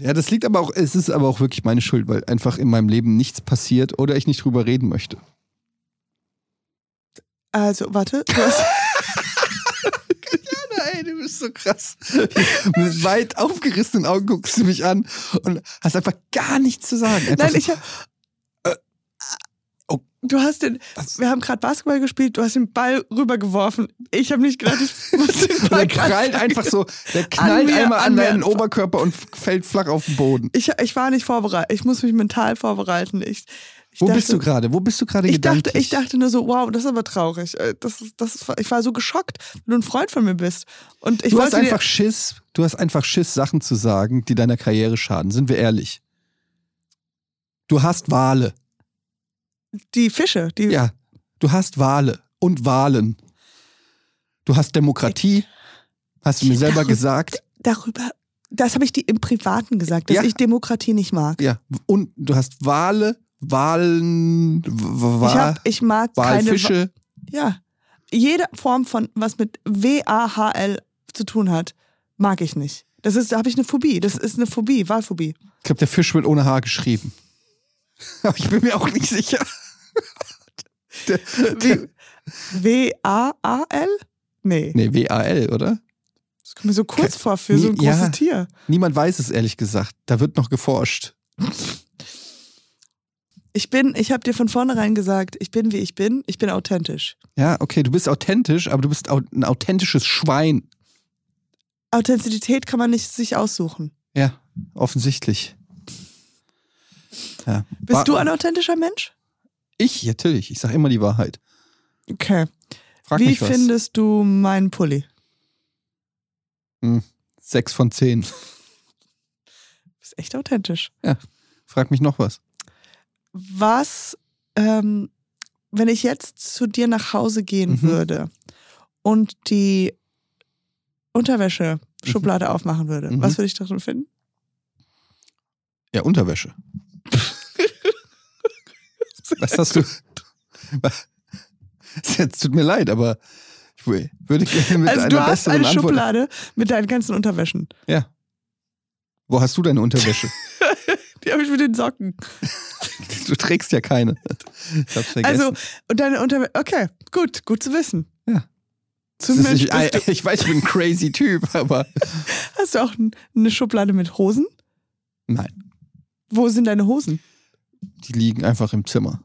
S2: Ja, das liegt aber auch, es ist aber auch wirklich meine Schuld, weil einfach in meinem Leben nichts passiert oder ich nicht drüber reden möchte.
S1: Also, warte, du hast
S2: Nein, du bist so krass. Mit weit aufgerissenen Augen guckst du mich an und hast einfach gar nichts zu sagen. Einfach
S1: Nein,
S2: so,
S1: ich hab,
S2: oh.
S1: Du hast den.
S2: Was?
S1: Wir haben gerade Basketball gespielt, du hast den Ball rübergeworfen. Ich habe nicht gedacht, ich muss den
S2: Und
S1: Ball
S2: der
S1: grad
S2: prallt
S1: fangen.
S2: einfach so, der knallt
S1: mir,
S2: einmal
S1: an
S2: an
S1: mir.
S2: deinen Oberkörper und fällt flach auf den Boden.
S1: Ich, ich war nicht vorbereitet. Ich muss mich mental vorbereiten. Ich, ich
S2: Wo
S1: dachte,
S2: bist du gerade? Wo bist du gerade
S1: ich dachte,
S2: gedanklich?
S1: ich dachte nur so, wow, das ist aber traurig. Äh, Das ist, das ist, ich war so geschockt, wenn du ein Freund von mir bist. Und ich
S2: du hast
S1: wollte
S2: einfach
S1: dir,
S2: Schiss, du hast einfach Schiss, Sachen zu sagen, die deiner Karriere schaden. Sind wir ehrlich? Du hast Wale.
S1: die Fische, die
S2: Ja, du hast Wale und Wahlen. Du hast Demokratie. Hast du mir selber
S1: Darum-
S2: gesagt.
S1: darüber, das habe ich dir im Privaten gesagt, dass
S2: Ja.
S1: ich Demokratie nicht mag.
S2: Ja, und du hast Wale, Wahlen, W-
S1: Ich,
S2: Wa-
S1: hab, ich mag keine Wa-
S2: Walfische.
S1: Ja. Jede Form von, was mit W-A-H-L zu tun hat, mag ich nicht. Das ist, da habe ich eine Phobie. Das ist eine Phobie, Wahlphobie.
S2: Ich glaube, der Fisch wird ohne Haar geschrieben. Aber ich bin mir auch nicht sicher. Der, der,
S1: Wie- W-A-A-L? Nee.
S2: nee, W-A-L, oder?
S1: Das kommt mir so kurz vor für so ein
S2: Ja.
S1: großes Tier.
S2: Niemand weiß es, ehrlich gesagt. Da wird noch geforscht.
S1: Ich bin, ich habe dir von vornherein gesagt, ich bin wie ich bin, ich bin authentisch.
S2: Ja, okay, du bist authentisch, aber du bist au- ein authentisches Schwein.
S1: Authentizität kann man nicht sich aussuchen.
S2: Ja, offensichtlich. Ja.
S1: Bist
S2: Wa-
S1: du ein authentischer Mensch?
S2: Ich, natürlich. Ich sage immer die Wahrheit.
S1: Okay.
S2: Frag
S1: Wie
S2: mich was.
S1: findest du meinen Pulli?
S2: Sechs von zehn.
S1: Ist echt authentisch.
S2: Frag mich noch was.
S1: Was, ähm, wenn ich jetzt zu dir nach Hause gehen
S2: Mhm.
S1: würde und die Unterwäsche-Schublade aufmachen würde,
S2: Mhm.
S1: was würde ich darin finden?
S2: Ja, Unterwäsche. Was hast du? Es tut mir leid, aber ich wü- würde gerne mit
S1: also
S2: einer
S1: du hast
S2: besseren
S1: eine
S2: Antwort.
S1: Schublade mit deinen ganzen Unterwäschen.
S2: Ja. Wo hast du deine Unterwäsche?
S1: Die habe ich mit den Socken.
S2: du trägst ja keine. Ich hab's vergessen.
S1: Also, und deine Unterwäsche. Okay, gut, gut zu wissen.
S2: Ja. Das ist
S1: Zumindest
S2: nicht,
S1: bist du,
S2: ich weiß, ich bin ein crazy Typ, aber
S1: hast du auch n- eine Schublade mit Hosen?
S2: nein,
S1: Wo sind deine Hosen?
S2: die liegen einfach im Zimmer.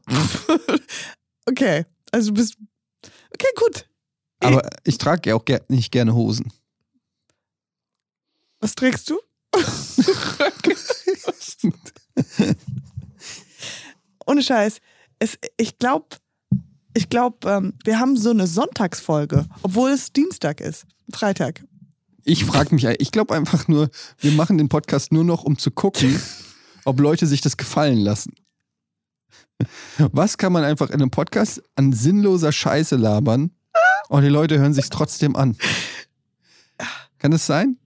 S1: Okay, also du bist. Okay, gut.
S2: Aber ich trage ja auch ger nicht gerne Hosen.
S1: Was trägst du? Ohne Scheiß. Es, ich glaube, ich glaub, ähm, wir haben so eine Sonntagsfolge, obwohl es Dienstag ist. Freitag.
S2: Ich frage mich, ich glaube einfach nur, wir machen den Podcast nur noch, um zu gucken, ob Leute sich das gefallen lassen. Was kann man einfach in einem Podcast an sinnloser Scheiße labern und die Leute hören sich trotzdem an? Kann das sein?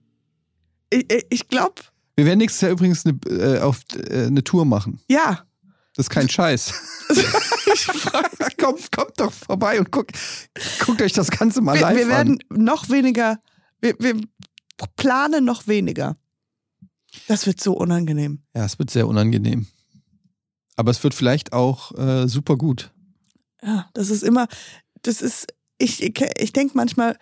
S1: Ich, ich- ich glaube,
S2: Wir werden nächstes Jahr übrigens eine, äh, auf, äh, eine Tour machen.
S1: ja.
S2: Das ist kein Scheiß. kommt, kommt doch vorbei und guckt, guckt euch das Ganze mal
S1: Wir,
S2: live
S1: wir
S2: an.
S1: werden noch weniger. Wir, wir planen noch weniger. Das wird so unangenehm.
S2: Ja, es wird sehr unangenehm. Aber es wird vielleicht auch äh, super gut.
S1: Ja, das ist immer, das ist, ich, ich, ich denke manchmal,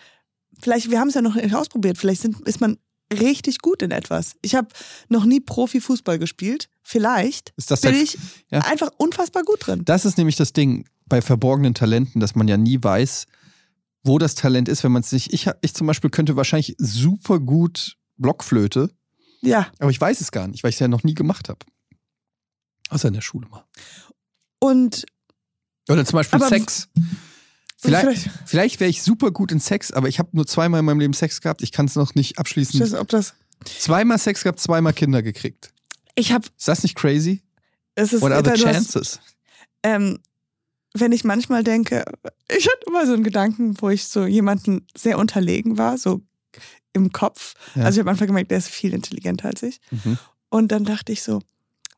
S1: vielleicht, wir haben es ja noch nicht ausprobiert, vielleicht sind, ist man richtig gut in etwas. Ich habe noch nie Profifußball gespielt. Vielleicht
S2: Ist das, der,
S1: bin ich
S2: ja.
S1: einfach unfassbar gut drin.
S2: das ist nämlich das Ding bei verborgenen Talenten, dass man ja nie weiß, wo das Talent ist, wenn man es nicht. Ich, hab- ich zum Beispiel könnte wahrscheinlich super gut Blockflöte,
S1: Ja.
S2: aber ich weiß es gar nicht, weil ich es ja noch nie gemacht habe. Außer in der Schule mal.
S1: Und
S2: Oder zum Beispiel
S1: Aber-
S2: Sex. Vielleicht,
S1: vielleicht,
S2: vielleicht wäre ich super gut in Sex, aber ich habe nur zweimal in meinem Leben Sex gehabt. Ich kann es noch nicht
S1: ich weiß,
S2: abschließen.
S1: nicht, ob das.
S2: Zweimal Sex gehabt, zweimal Kinder gekriegt.
S1: Ich habe,
S2: Ist das nicht crazy?
S1: es ist,
S2: What are the
S1: du hast-
S2: chances?
S1: ähm, wenn ich manchmal denke, ich hatte immer so einen Gedanken, wo ich so jemanden sehr unterlegen war, so im Kopf.
S2: Ja.
S1: Also ich habe einfach gemerkt, der ist viel intelligenter als ich.
S2: Mhm.
S1: Und dann dachte ich so,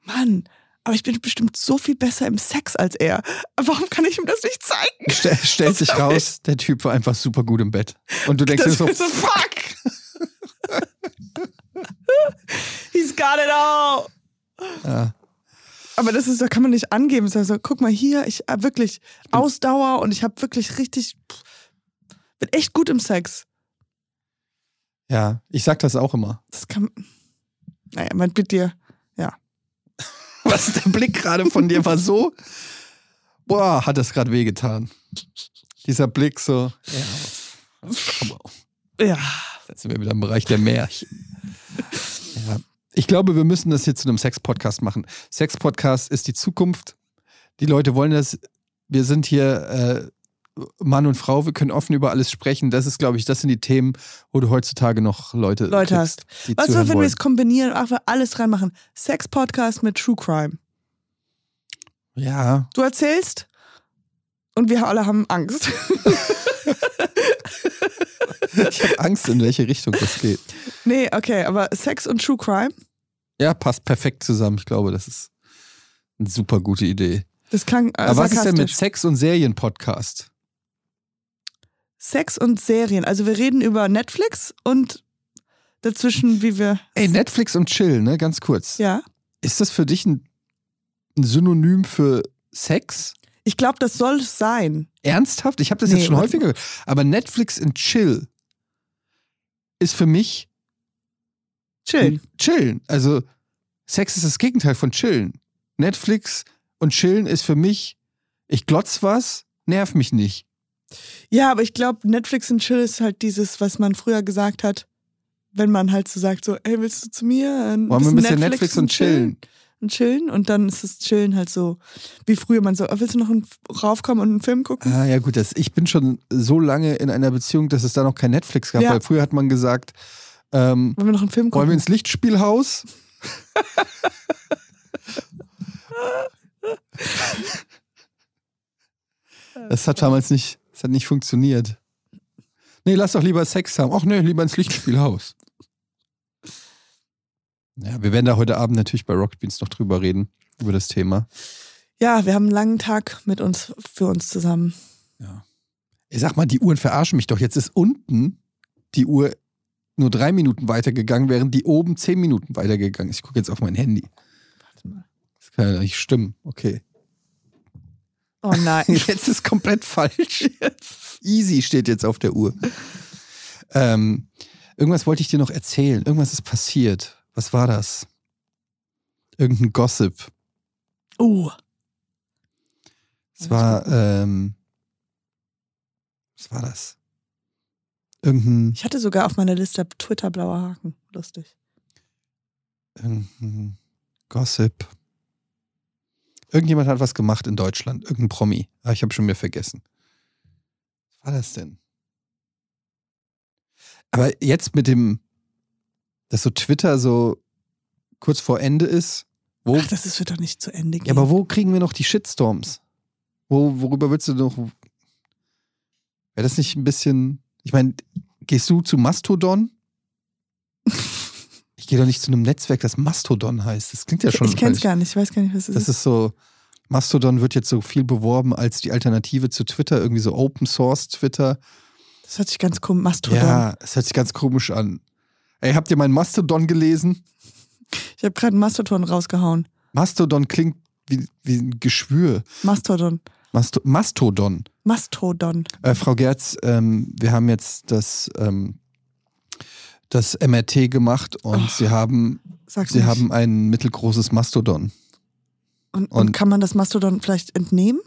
S1: Mann, aber ich bin bestimmt so viel besser im Sex als er. Warum kann ich ihm das nicht zeigen?
S2: Ste stellt sich raus, der Typ war einfach super gut im Bett. Und du denkst dir
S1: Das
S2: so,
S1: ist so, fuck! He's got it all!
S2: ja,
S1: Aber das ist, da kann man nicht angeben. Das heißt so, guck mal hier, ich hab wirklich Ausdauer und ich habe wirklich richtig, pff, bin echt gut im Sex.
S2: ja, ich sag das auch immer.
S1: Das kann, naja, man mit dir,
S2: Was der Blick gerade von dir war so, boah, hat das gerade wehgetan. Dieser Blick so, ja, komm auf,
S1: ja,
S2: jetzt sind wir wieder im Bereich der Märchen. Ja. Ich glaube, wir müssen das hier zu einem Sex-Podcast machen. Sex-Podcast ist die Zukunft. Die Leute wollen das. Wir sind hier äh, Mann und Frau, wir können offen über alles sprechen. Das ist, glaube ich, das sind die Themen, wo du heutzutage noch Leute,
S1: Leute
S2: kriegst,
S1: hast.
S2: Die zuhören
S1: Was soll, wenn wir
S2: wollen.
S1: es kombinieren, einfach alles reinmachen? Sex-Podcast mit True Crime.
S2: Ja,
S1: Du erzählst und wir alle haben Angst.
S2: Ich habe Angst, in welche Richtung das geht.
S1: nee, okay, aber Sex und True Crime,
S2: Ja, passt perfekt zusammen. Ich glaube, das ist eine super gute Idee.
S1: das klang äh,
S2: Aber was ist denn mit
S1: sarkastisch.
S2: Sex- und Serien-Podcast?
S1: Sex und Serien. Also wir reden über Netflix und dazwischen, wie wir,
S2: Ey, Netflix und Chill, ne? Ganz kurz.
S1: ja.
S2: Ist das für dich ein, ein Synonym für Sex?
S1: Ich glaube, das soll es sein.
S2: Ernsthaft? Ich habe das
S1: Nee,
S2: jetzt schon
S1: warte
S2: häufiger gehört. Aber Netflix und Chill ist für mich Hm.
S1: Chillen.
S2: Chillen. Also Sex ist das Gegenteil von Chillen. Netflix und Chillen ist für mich, ich glotz was, nerv mich nicht.
S1: Ja, aber ich glaube, Netflix und Chill ist halt dieses, was man früher gesagt hat, wenn man halt so sagt, so, ey, willst du zu mir? Ein
S2: Wollen wir ein bisschen Netflix und chillen?
S1: Und chillen und dann ist es Chillen halt so, wie früher man so, oh, willst du noch einen- raufkommen und einen Film gucken?
S2: Ah, ja, gut, das, ich bin schon so lange in einer Beziehung, dass es da noch kein Netflix gab,
S1: Ja.
S2: weil früher hat man gesagt, ähm,
S1: Wollen wir noch einen Film
S2: wollen wir
S1: gucken?
S2: ins Lichtspielhaus? Das hat damals nicht, das hat nicht funktioniert. Nee, lass doch lieber Sex haben. Ach nee, lieber ins Lichtspielhaus. Ja, wir werden da heute Abend natürlich bei Rocket Beans noch drüber reden, über das Thema.
S1: Ja, wir haben einen langen Tag mit uns, für uns zusammen.
S2: Ich sag mal, die Uhren verarschen mich doch. Jetzt ist unten die Uhr nur drei Minuten weitergegangen, während die oben zehn Minuten weitergegangen ist. Ich gucke jetzt auf mein Handy.
S1: Warte mal.
S2: Das kann ja nicht stimmen. Okay.
S1: Oh nein.
S2: Jetzt ist komplett falsch. Easy steht jetzt auf der Uhr. Ähm, irgendwas wollte ich dir noch erzählen. Irgendwas ist passiert. Was war das? Irgendein Gossip.
S1: Oh.
S2: Es war, ähm, was war das? Irgendein,
S1: Ich hatte sogar auf meiner Liste Twitter blauer Haken. Lustig.
S2: irgendein Ähm, Gossip. Irgendjemand hat was gemacht in Deutschland. Irgendein Promi. Ah, ich habe schon wieder vergessen. Was war das denn? Aber jetzt mit dem, dass so Twitter so kurz vor Ende ist, wo,
S1: Ach, das ist wird doch nicht zu Ende gehen.
S2: Ja, aber wo kriegen wir noch die Shitstorms? Wo, worüber willst du noch. Wäre das nicht ein bisschen. Ich meine, gehst du zu Mastodon? Ich gehe doch nicht zu einem Netzwerk, das Mastodon heißt. Das klingt ja schon.
S1: ich kenn's
S2: falsch.
S1: gar nicht. Ich weiß gar nicht, was es
S2: Das
S1: ist.
S2: ist so. Mastodon wird jetzt so viel beworben als die Alternative zu Twitter, irgendwie so Open Source Twitter.
S1: Das hört sich ganz komisch. Mastodon.
S2: Ja, es hört sich ganz komisch an. Ey, habt ihr meinen Mastodon gelesen?
S1: Ich habe gerade einen Mastodon rausgehauen.
S2: Mastodon klingt wie, wie ein Geschwür.
S1: Mastodon.
S2: Masto Mastodon.
S1: Mastodon.
S2: Äh, Frau Gerz, ähm, wir haben jetzt das, ähm, das MRT gemacht und
S1: Ach,
S2: Sie, haben,
S1: Sag's
S2: Sie
S1: nicht.
S2: haben ein mittelgroßes Mastodon.
S1: und, und,
S2: und-
S1: kann man das Mastodon vielleicht entnehmen?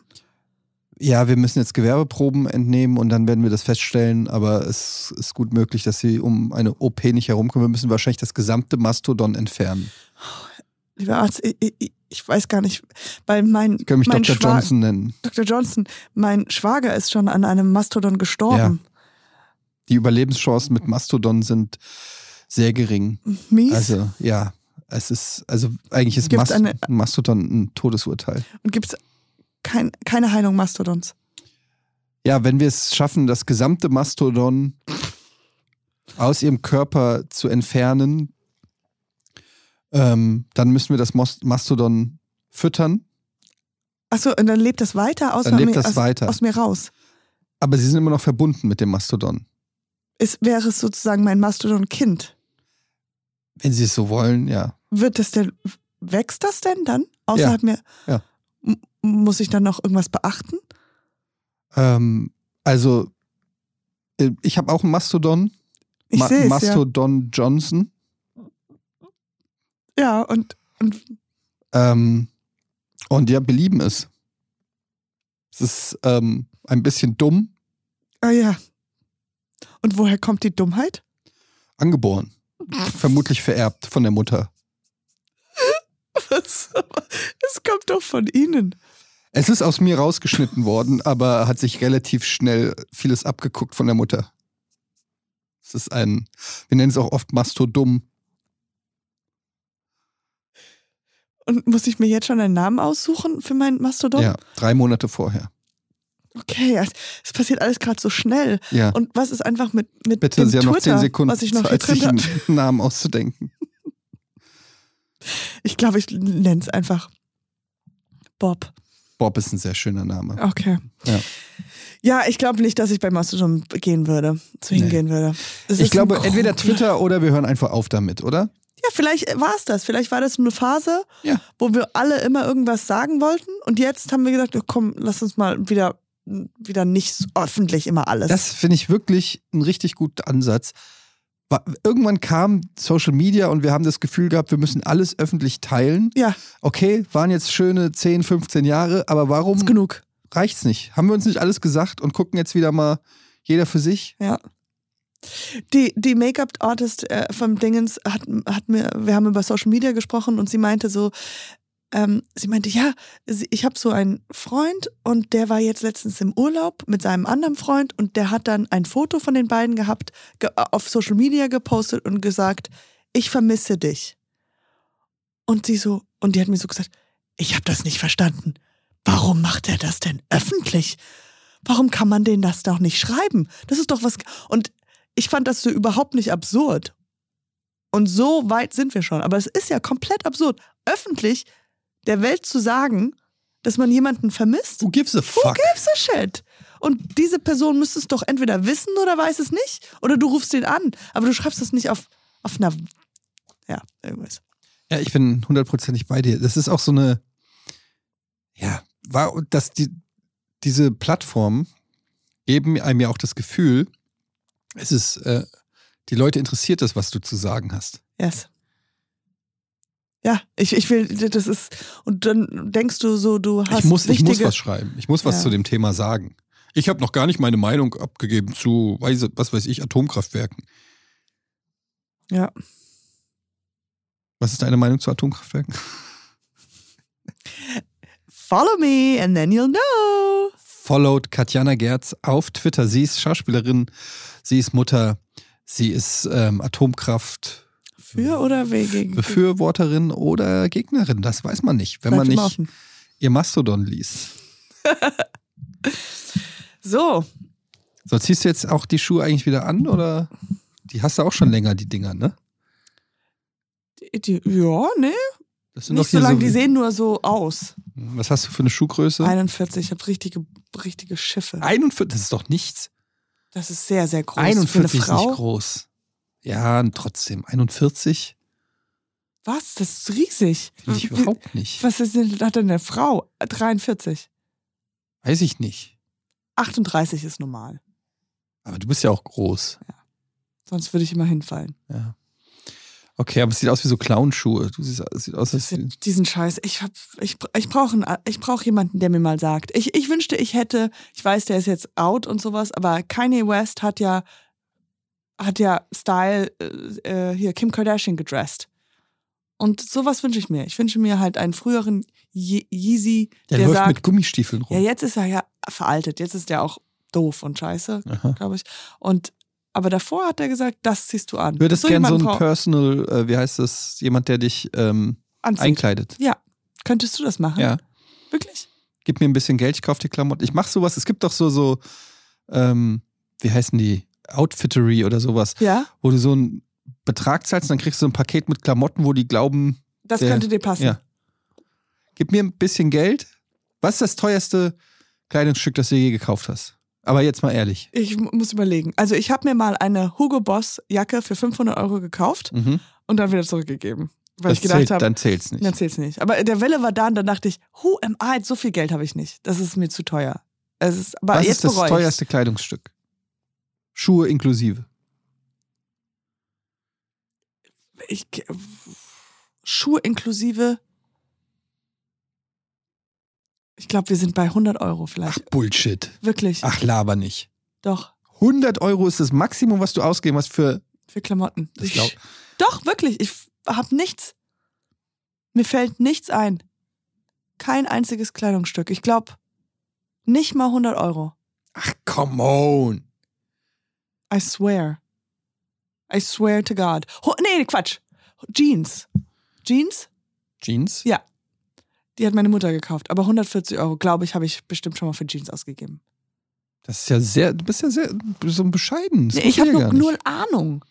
S2: Ja, wir müssen jetzt Gewerbeproben entnehmen und dann werden wir das feststellen, aber es ist gut möglich, dass Sie um eine OP nicht herumkommen. Wir müssen wahrscheinlich das gesamte Mastodon entfernen.
S1: Lieber Arzt, ich, ich, ich weiß gar nicht, weil mein,
S2: Sie können mich
S1: mein
S2: Dr.
S1: Schwa-
S2: Johnson nennen.
S1: Dr. Johnson, mein Schwager ist schon an einem Mastodon gestorben.
S2: Die Überlebenschancen mit Mastodon sind sehr gering.
S1: Mies.
S2: Also, ja. Es ist, also eigentlich ist
S1: Gibt's
S2: Mas
S1: eine-
S2: Mastodon ein Todesurteil.
S1: Und gibt's kein, keine Heilung Mastodons?
S2: Ja, wenn wir es schaffen, das gesamte Mastodon aus ihrem Körper zu entfernen, ähm, dann müssen wir das Mos- Mastodon füttern.
S1: Achso, und dann lebt das weiter aus,
S2: Dann lebt
S1: mir,
S2: das
S1: aus,
S2: weiter.
S1: aus mir raus.
S2: Aber sie sind immer noch verbunden mit dem Mastodon.
S1: Es wäre es sozusagen mein Mastodon-Kind.
S2: Wenn sie es so wollen, ja.
S1: Wird das denn, wächst das denn dann? Außerhalb mir?
S2: Ja.
S1: M- Muss ich dann noch irgendwas beachten?
S2: Ähm, also, äh, ich habe auch einen Mastodon.
S1: Ich
S2: Ma-
S1: sehe es ja.
S2: Mastodon Johnson.
S1: Ja, und, und
S2: Ähm, und ja, belieben es. Es ist ähm, ein bisschen dumm,
S1: ah ja. Und woher kommt die Dummheit?
S2: angeboren. Vermutlich vererbt von der Mutter.
S1: Was? Es kommt doch von Ihnen.
S2: Es ist aus mir rausgeschnitten worden, aber hat sich relativ schnell vieles abgeguckt von der Mutter. Es ist ein, wir nennen es auch oft Mastodum.
S1: Und muss ich mir jetzt schon einen Namen aussuchen für meinen Mastodon?
S2: Ja, drei Monate vorher.
S1: Okay, es es passiert alles gerade so schnell.
S2: Ja,
S1: Und was ist einfach mit, mit
S2: bitte,
S1: dem
S2: Sie haben noch
S1: Twitter,
S2: zehn Sekunden
S1: was ich noch hier
S2: Zeit,
S1: drin
S2: sich einen
S1: habe?
S2: Namen auszudenken.
S1: Ich glaube, ich nenne es einfach Bob.
S2: Bob ist ein sehr schöner Name.
S1: Okay.
S2: Ja.
S1: Ja, ich glaube nicht, dass ich bei Mastodon gehen würde, zu
S2: Nee.
S1: hingehen würde. Es ist
S2: Ich glaube,
S1: ein
S2: entweder
S1: Grund-
S2: Twitter oder wir hören einfach auf damit, oder?
S1: Ja, vielleicht war es das. Vielleicht war das eine Phase,
S2: Ja.
S1: wo wir alle immer irgendwas sagen wollten. Und jetzt haben wir gedacht, oh, komm, lass uns mal wieder, wieder nicht so öffentlich immer alles.
S2: Das finde ich wirklich ein richtig guter Ansatz. Wa- Irgendwann kam Social Media und wir haben das Gefühl gehabt, wir müssen alles öffentlich teilen.
S1: ja,
S2: Okay, waren jetzt schöne 10, 15 Jahre, aber warum
S1: ist genug.
S2: reicht's nicht. Haben wir uns nicht alles gesagt und gucken jetzt wieder mal jeder für sich?
S1: Ja. Die, die Make-up-Artist äh, vom Dingens hat, hat mir, wir haben über Social Media gesprochen und sie meinte so, ähm, sie meinte, ja, sie, ich habe so einen Freund und der war jetzt letztens im Urlaub mit seinem anderen Freund und der hat dann ein Foto von den beiden gehabt, ge auf Social Media gepostet und gesagt, ich vermisse dich. Und sie so, und die hat mir so gesagt, ich habe das nicht verstanden. Warum macht er das denn öffentlich? warum kann man denen das doch nicht schreiben? Das ist doch was. Und ich fand das so überhaupt nicht absurd. Und so weit sind wir schon. Aber es ist ja komplett absurd, öffentlich der Welt zu sagen, dass man jemanden vermisst.
S2: Who gives a
S1: Who
S2: fuck?
S1: gives a shit? Und diese Person müsste es doch entweder wissen oder weiß es nicht. Oder du rufst den an. Aber du schreibst es nicht auf, auf einer. Ja, irgendwas.
S2: Ja, ich bin hundertprozentig bei dir. Das ist auch so eine, ja, war, dass die, diese Plattformen geben einem ja auch das Gefühl, es ist, äh, die Leute interessiert das, was du zu sagen hast.
S1: Yes. Ja, ich, ich will, das ist. Und dann denkst du so, du hast.
S2: Ich muss, ich
S1: wichtige,
S2: muss was schreiben. Ich muss was
S1: Ja.
S2: zu dem Thema sagen. Ich habe noch gar nicht meine Meinung abgegeben zu, weiß, was weiß ich, Atomkraftwerken.
S1: Ja.
S2: Was ist deine Meinung zu Atomkraftwerken?
S1: Follow me and then you'll know.
S2: followt Katjana Gerz auf Twitter. Sie ist Schauspielerin, sie ist Mutter, sie ist ähm, Atomkraft.
S1: Für oder wegen.
S2: Befürworterin oder Gegnerin, das weiß man nicht, wenn
S1: Bleibt
S2: man
S1: immer
S2: nicht
S1: offen.
S2: ihr Mastodon liest.
S1: So,
S2: So, ziehst du jetzt auch die Schuhe eigentlich wieder an oder? Die hast du auch schon länger, die Dinger, ne?
S1: die, ja, ne?
S2: Das
S1: Nicht so
S2: hier
S1: lang, die
S2: wie-
S1: sehen nur so aus.
S2: Was hast du für eine Schuhgröße?
S1: 41, ich habe richtige, richtige Schiffe.
S2: 41, das ist doch nichts.
S1: Das ist sehr, sehr groß. für
S2: 41
S1: eine
S2: ist nicht
S1: Frau.
S2: groß. Ja, trotzdem. 41
S1: Was? Das ist riesig.
S2: finde ich
S1: Wie-
S2: überhaupt nicht.
S1: Was ist denn, hat denn eine Frau? Äh, 43.
S2: Weiß ich nicht.
S1: 38 ist normal.
S2: Aber du bist ja auch groß.
S1: Sonst würde ich immer hinfallen.
S2: Ja. Okay, aber es sieht aus wie so Clownschuhe. Du siehst, es sieht aus, als
S1: Diesen Scheiß. Ich, hab, ich, ich brauche einen- ich brauch jemanden, der mir mal sagt. Ich, ich wünschte, ich hätte, ich weiß, der ist jetzt out und sowas, aber Kanye West hat ja, hat ja Style äh, äh, hier Kim Kardashian gedressed. Und sowas wünsche ich mir. Ich wünsche mir halt einen früheren Ye Yeezy,
S2: der,
S1: der,
S2: läuft
S1: sagt,
S2: mit Gummistiefeln
S1: ja,
S2: rum.
S1: jetzt ist er ja veraltet, jetzt ist er auch doof und scheiße.
S2: Aha.
S1: glaube ich. Und aber davor hat er gesagt, das ziehst du an.
S2: Du würdest
S1: So
S2: gern so
S1: jemanden
S2: einen
S1: brau-
S2: Personal, äh, wie heißt das, jemand, der dich ähm,
S1: anziehen.
S2: einkleidet.
S1: Könntest du das machen?
S2: Ja.
S1: Wirklich?
S2: Gib mir ein bisschen Geld, ich kaufe dir Klamotten. Ich mache sowas. Es gibt doch so, so, ähm, wie heißen die? Outfittery oder sowas,
S1: Ja.
S2: wo du so einen Betrag zahlst und dann kriegst du so ein Paket mit Klamotten, wo die glauben,
S1: Das
S2: Der-
S1: könnte dir passen.
S2: ja. Gib mir ein bisschen Geld. Was ist das teuerste Kleidungsstück, das du je gekauft hast? Aber jetzt mal ehrlich.
S1: Ich mu- muss überlegen. Also ich habe mir mal eine Hugo Boss Jacke für 500 Euro gekauft
S2: Mhm.
S1: und dann wieder zurückgegeben, weil
S2: das
S1: ich gedacht
S2: zählt,
S1: habe,
S2: dann zählt's nicht.
S1: dann zählt's nicht. Aber der Welle war da und dann dachte ich, who am I? So viel Geld habe ich nicht. Das ist mir zu teuer. Es ist, aber
S2: Was
S1: Ah,
S2: ist
S1: jetzt
S2: das
S1: bereue ich's.
S2: teuerste Kleidungsstück? Schuhe inklusive.
S1: ich, Schuhe inklusive. Ich glaube, wir sind bei 100 Euro vielleicht.
S2: Ach Bullshit.
S1: Wirklich.
S2: Ach laber nicht.
S1: Doch,
S2: 100 Euro ist das Maximum, was du ausgeben hast für.
S1: für Klamotten.
S2: Das
S1: Ich-
S2: glaub-
S1: Doch, wirklich. Ich habe nichts. Mir fällt nichts ein. Kein einziges Kleidungsstück. Ich glaube, nicht mal 100 Euro.
S2: Ach come on.
S1: I swear. I swear to God. Ho nee, Quatsch. Jeans. Jeans?
S2: Jeans?
S1: Ja. Die hat meine Mutter gekauft. Aber 140 Euro, glaube ich, habe ich bestimmt schon mal für Jeans ausgegeben.
S2: Das ist ja sehr. Du bist ja sehr so ein bescheiden. Das
S1: Nee, ich
S2: muss
S1: habe
S2: ja
S1: nur
S2: gar nicht.
S1: null Ahnung.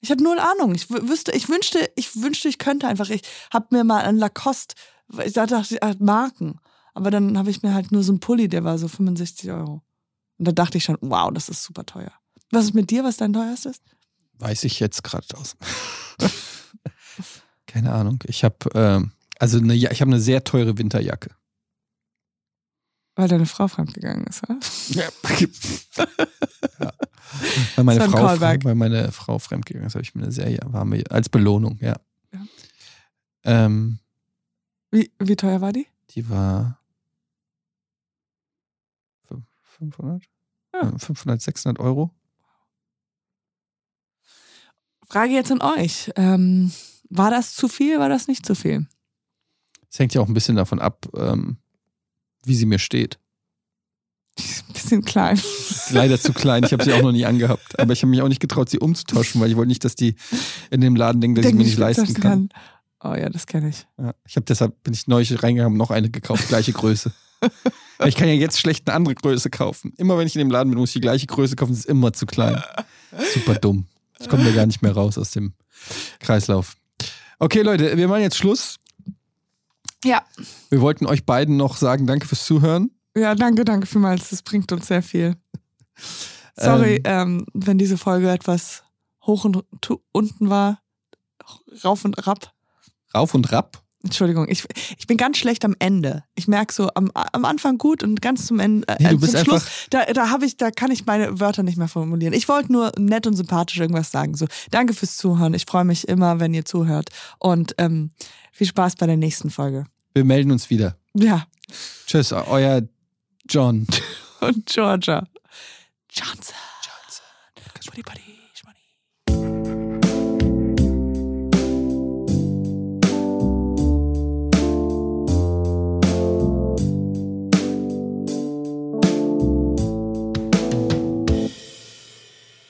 S1: Ich habe null Ahnung. Ich wü- wüsste, ich wünschte, ich wünschte, ich könnte einfach. Ich habe mir mal einen Lacoste, weil ich dachte, das hat Marken. Aber dann habe ich mir halt nur so einen Pulli, der war so 65 Euro. Und da dachte ich schon, wow, das ist super teuer. Was ist mit dir, was dein teuerstes?
S2: Weiß ich jetzt gerade aus. Keine Ahnung. Ich habe ähm, also eine, Ja- ich habe eine sehr teure Winterjacke.
S1: Weil deine Frau fremdgegangen ist, oder?
S2: Ja. Weil, meine
S1: So ein
S2: Frau,
S1: Callback.
S2: weil meine Frau fremdgegangen ist, habe ich mir eine sehr warme, als Belohnung, ja.
S1: Ja.
S2: Ähm,
S1: Wie, wie teuer war die?
S2: die war fün- 500?
S1: Ja.
S2: Äh, 500, 600 Euro.
S1: Frage jetzt an euch. Ähm, war das zu viel, war das nicht zu viel?
S2: Es hängt ja auch ein bisschen davon ab, ähm, wie sie mir steht.
S1: Bisschen klein.
S2: Ist leider zu klein, ich habe sie auch noch nie angehabt. Aber ich habe mich auch nicht getraut, sie umzutauschen, weil ich wollte nicht, dass die in dem Laden denken, dass ich mir nicht leisten kann.
S1: Oh ja, das kenne ich.
S2: Ja. Ich habe deshalb, bin ich neulich reingegangen, habe noch eine gekauft, gleiche Größe. Ich kann ja jetzt schlecht eine andere Größe kaufen. Immer wenn ich in dem Laden bin, muss ich die gleiche Größe kaufen, das ist immer zu klein. Super dumm. Ich komme da gar nicht mehr raus aus dem Kreislauf. Okay, Leute, wir machen jetzt Schluss.
S1: Ja.
S2: Wir wollten euch beiden noch sagen, danke fürs Zuhören.
S1: Ja, danke, danke vielmals. Das bringt uns sehr viel. Sorry, ähm, wenn diese Folge etwas hoch und tu- unten war. Rauf und rapp.
S2: Rauf und rapp.
S1: Entschuldigung, ich, ich bin ganz schlecht am Ende. Ich merke so am, am Anfang gut und ganz zum Ende. Äh,
S2: Nee, du bist
S1: zum
S2: einfach-
S1: Schluss, da, da habe ich, da kann ich meine Wörter nicht mehr formulieren. Ich wollte nur nett und sympathisch irgendwas sagen. So, danke fürs Zuhören. Ich freue mich immer, wenn ihr zuhört. Und ähm, viel Spaß bei der nächsten Folge.
S2: Wir melden uns wieder.
S1: Ja.
S2: Tschüss, euer John.
S1: Und Georgia. Johnson. Johnson. Buddy, buddy, schmoney.